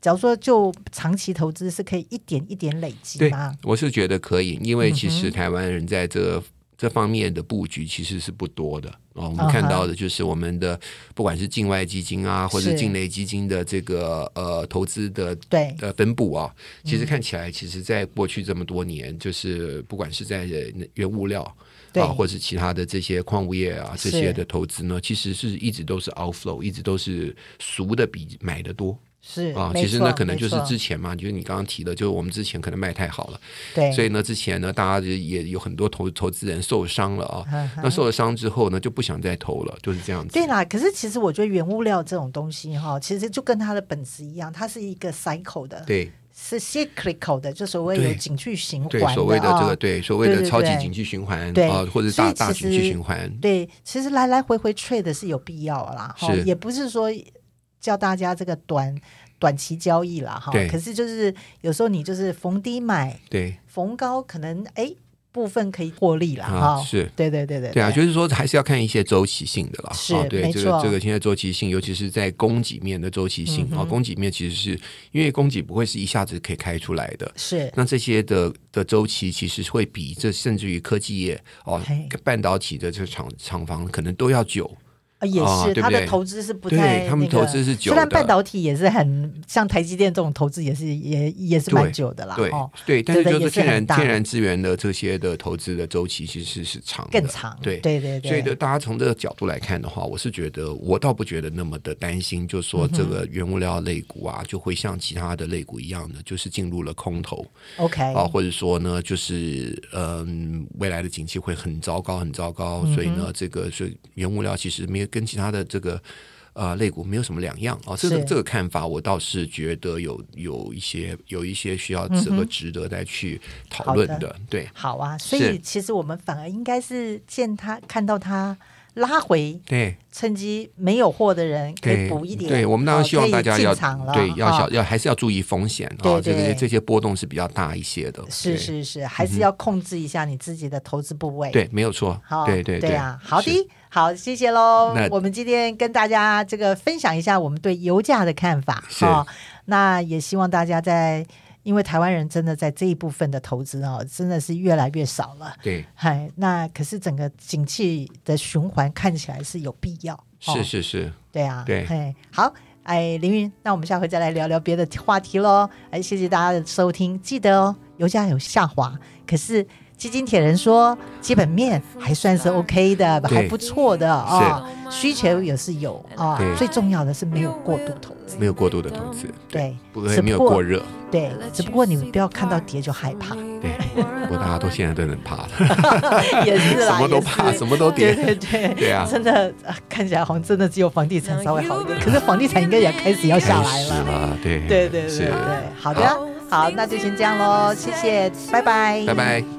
[SPEAKER 1] 假如说就长期投资是可以一点一点累积
[SPEAKER 2] 对
[SPEAKER 1] 嘛。，
[SPEAKER 2] 我是觉得可以，因
[SPEAKER 1] 嗯
[SPEAKER 2] 为其实台湾人在这、这方面的布局其实是不多的。哦，我
[SPEAKER 1] 嗯
[SPEAKER 2] 们
[SPEAKER 1] 哼
[SPEAKER 2] 看到的就是我们的不管是境外基金啊，或者
[SPEAKER 1] 是
[SPEAKER 2] 境内基金的这个呃投资的
[SPEAKER 1] 对嗯
[SPEAKER 2] 呃分布啊，其实看起来，其实在过去这么多年，就是不管是在呃原物料
[SPEAKER 1] 对
[SPEAKER 2] 啊，或是其他的这些矿物业啊
[SPEAKER 1] 是
[SPEAKER 2] 这些的投资呢，其实是一直都是 outflow，一直都是俗的比买的多。
[SPEAKER 1] 是
[SPEAKER 2] 啊，
[SPEAKER 1] 没
[SPEAKER 2] 其实那
[SPEAKER 1] 错
[SPEAKER 2] 可能
[SPEAKER 1] 没
[SPEAKER 2] 就是
[SPEAKER 1] 错
[SPEAKER 2] 之前嘛，就是你刚刚提的，就是我们之前可能卖太好了，
[SPEAKER 1] 对，
[SPEAKER 2] 所以呢，之前呢，大家就也有很多投投资人受伤了啊。
[SPEAKER 1] 嗯
[SPEAKER 2] 那受了伤之后呢，就不想再投了，就是这样子。
[SPEAKER 1] 对啦，可是其实我觉得原物料这种东西哈，其实就跟它的本质一样，它是一个 cycle 的，
[SPEAKER 2] 对
[SPEAKER 1] 是 cyclical 的，就所谓
[SPEAKER 2] 对
[SPEAKER 1] 有景气循环
[SPEAKER 2] 对，所谓的这
[SPEAKER 1] 啊
[SPEAKER 2] 个对所谓
[SPEAKER 1] 对
[SPEAKER 2] 的
[SPEAKER 1] 对
[SPEAKER 2] 超级
[SPEAKER 1] 对
[SPEAKER 2] 景气循环
[SPEAKER 1] 对
[SPEAKER 2] 啊，或者
[SPEAKER 1] 所以
[SPEAKER 2] 大
[SPEAKER 1] 其
[SPEAKER 2] 大景气
[SPEAKER 1] 实
[SPEAKER 2] 循环，
[SPEAKER 1] 对，其实来来回回 trade 是有必要啦，哈，
[SPEAKER 2] 是
[SPEAKER 1] 也不是说叫大家这个短短期交易啦，哈
[SPEAKER 2] 对，
[SPEAKER 1] 可是就是有时候你就是逢低买，
[SPEAKER 2] 对
[SPEAKER 1] 逢高可能哎部分可以获利啦，哈、
[SPEAKER 2] 啊，是。
[SPEAKER 1] 对对对对，
[SPEAKER 2] 对啊，就是说还是要看一些周期性的啦。
[SPEAKER 1] 是
[SPEAKER 2] 啊，对
[SPEAKER 1] 没
[SPEAKER 2] 这
[SPEAKER 1] 错嗯
[SPEAKER 2] 个这个现在周期性，尤其是在供给面的周期性啊、供给面其实是因为供给不会是一下子可以开出来的。
[SPEAKER 1] 是
[SPEAKER 2] 那这些的的周期其实会比这甚至于科技业哦
[SPEAKER 1] 嘿，
[SPEAKER 2] 半导体的这个厂厂房可能都要久。
[SPEAKER 1] 啊，也
[SPEAKER 2] 啊
[SPEAKER 1] 是，
[SPEAKER 2] 对
[SPEAKER 1] 他
[SPEAKER 2] 不
[SPEAKER 1] 的
[SPEAKER 2] 对
[SPEAKER 1] 投资是不
[SPEAKER 2] 对
[SPEAKER 1] 太、那个，
[SPEAKER 2] 他们投资是久
[SPEAKER 1] 虽然
[SPEAKER 2] 的
[SPEAKER 1] 半导体也是很像台积电这种投资也是也也是蛮
[SPEAKER 2] 对
[SPEAKER 1] 久的啦，
[SPEAKER 2] 对、
[SPEAKER 1] 哦，
[SPEAKER 2] 对，但是
[SPEAKER 1] 对对
[SPEAKER 2] 就
[SPEAKER 1] 也
[SPEAKER 2] 是
[SPEAKER 1] 是
[SPEAKER 2] 天
[SPEAKER 1] 很
[SPEAKER 2] 然
[SPEAKER 1] 大
[SPEAKER 2] 天然资源的这些的投资的周期其实是长的，
[SPEAKER 1] 更长，
[SPEAKER 2] 对
[SPEAKER 1] 对对对，
[SPEAKER 2] 所以呢，大家从这个角度来看的话，我是觉得，我倒不觉得那么的担心，就说
[SPEAKER 1] 嗯
[SPEAKER 2] 这个原物料类股啊，就会像其他的类股一样的，就是进入了空头
[SPEAKER 1] OK，、
[SPEAKER 2] 啊，或者说呢，就是嗯，未来的景气会很糟糕，很糟糕。所
[SPEAKER 1] 嗯
[SPEAKER 2] 以呢，这个是原物料其实没有跟其他的这个。呃，类股没有什么两样啊、这个
[SPEAKER 1] 是
[SPEAKER 2] 这个看法，我倒是觉得有有一些有一些需要这个值得再去讨论
[SPEAKER 1] 嗯好
[SPEAKER 2] 的，对，
[SPEAKER 1] 好啊，所
[SPEAKER 2] 是
[SPEAKER 1] 以其实我们反而应该是见他看到他拉回，
[SPEAKER 2] 对，
[SPEAKER 1] 趁机没有货的人可以
[SPEAKER 2] 对，
[SPEAKER 1] 补一点。
[SPEAKER 2] 对我们当然
[SPEAKER 1] 哦
[SPEAKER 2] 希望大家
[SPEAKER 1] 可以
[SPEAKER 2] 要
[SPEAKER 1] 进场了，
[SPEAKER 2] 对要
[SPEAKER 1] 哦
[SPEAKER 2] 小要还是要注意风险啊
[SPEAKER 1] 对，
[SPEAKER 2] 这
[SPEAKER 1] 对
[SPEAKER 2] 个这些波动是比较大一些的。
[SPEAKER 1] 是
[SPEAKER 2] 对，嗯
[SPEAKER 1] 是是，还是要控制一下你自己的投资部位。。
[SPEAKER 2] 对，没有错
[SPEAKER 1] 好，，
[SPEAKER 2] 对对对
[SPEAKER 1] 啊，好
[SPEAKER 2] 是
[SPEAKER 1] 的，好，谢谢喽
[SPEAKER 2] 那。
[SPEAKER 1] 我们今天跟大家这个分享一下我们对油价的看法
[SPEAKER 2] 是
[SPEAKER 1] 哦。那也希望大家在，因为台湾人真的在这一部分的投资哦，真的是越来越少了。
[SPEAKER 2] 对，
[SPEAKER 1] 嗨，那可是整个景气的循环看起来是有必要。
[SPEAKER 2] 是
[SPEAKER 1] 哦，
[SPEAKER 2] 是是，
[SPEAKER 1] 对啊，
[SPEAKER 2] 对
[SPEAKER 1] 嘿，好。哎，凌云，那我们下回再来聊聊别的话题喽。哎，谢谢大家的收听，记得哦，油价有下滑，可是基金铁人说基本面还算是 OK 的，
[SPEAKER 2] 对
[SPEAKER 1] 还不错的啊、
[SPEAKER 3] 是
[SPEAKER 1] 需求也是有啊、
[SPEAKER 2] 对
[SPEAKER 1] 最重要的是没有过度投资，
[SPEAKER 2] 没有过度的投资，
[SPEAKER 1] 对，
[SPEAKER 2] 不
[SPEAKER 1] 只
[SPEAKER 2] 会
[SPEAKER 1] 不
[SPEAKER 2] 没有
[SPEAKER 1] 过
[SPEAKER 2] 过热，
[SPEAKER 1] 对，只不过你们不要看到跌就害 怕，
[SPEAKER 2] 对，不过大家都现在都很怕了，
[SPEAKER 1] 也是啦，
[SPEAKER 2] 什么都怕，
[SPEAKER 1] 也是
[SPEAKER 2] 什么都
[SPEAKER 1] 对
[SPEAKER 2] 跌，
[SPEAKER 1] 对对，
[SPEAKER 2] 对啊
[SPEAKER 1] 真的、啊看起来好像真的只有房地产稍微好一 点，可是房地产应该也开始要下
[SPEAKER 2] 开
[SPEAKER 1] 来
[SPEAKER 2] 始
[SPEAKER 1] 了。
[SPEAKER 2] 了，对
[SPEAKER 1] 对对对
[SPEAKER 2] 是
[SPEAKER 1] 对，，好的，好，那就先这样喽，谢谢，拜拜，
[SPEAKER 2] 拜拜。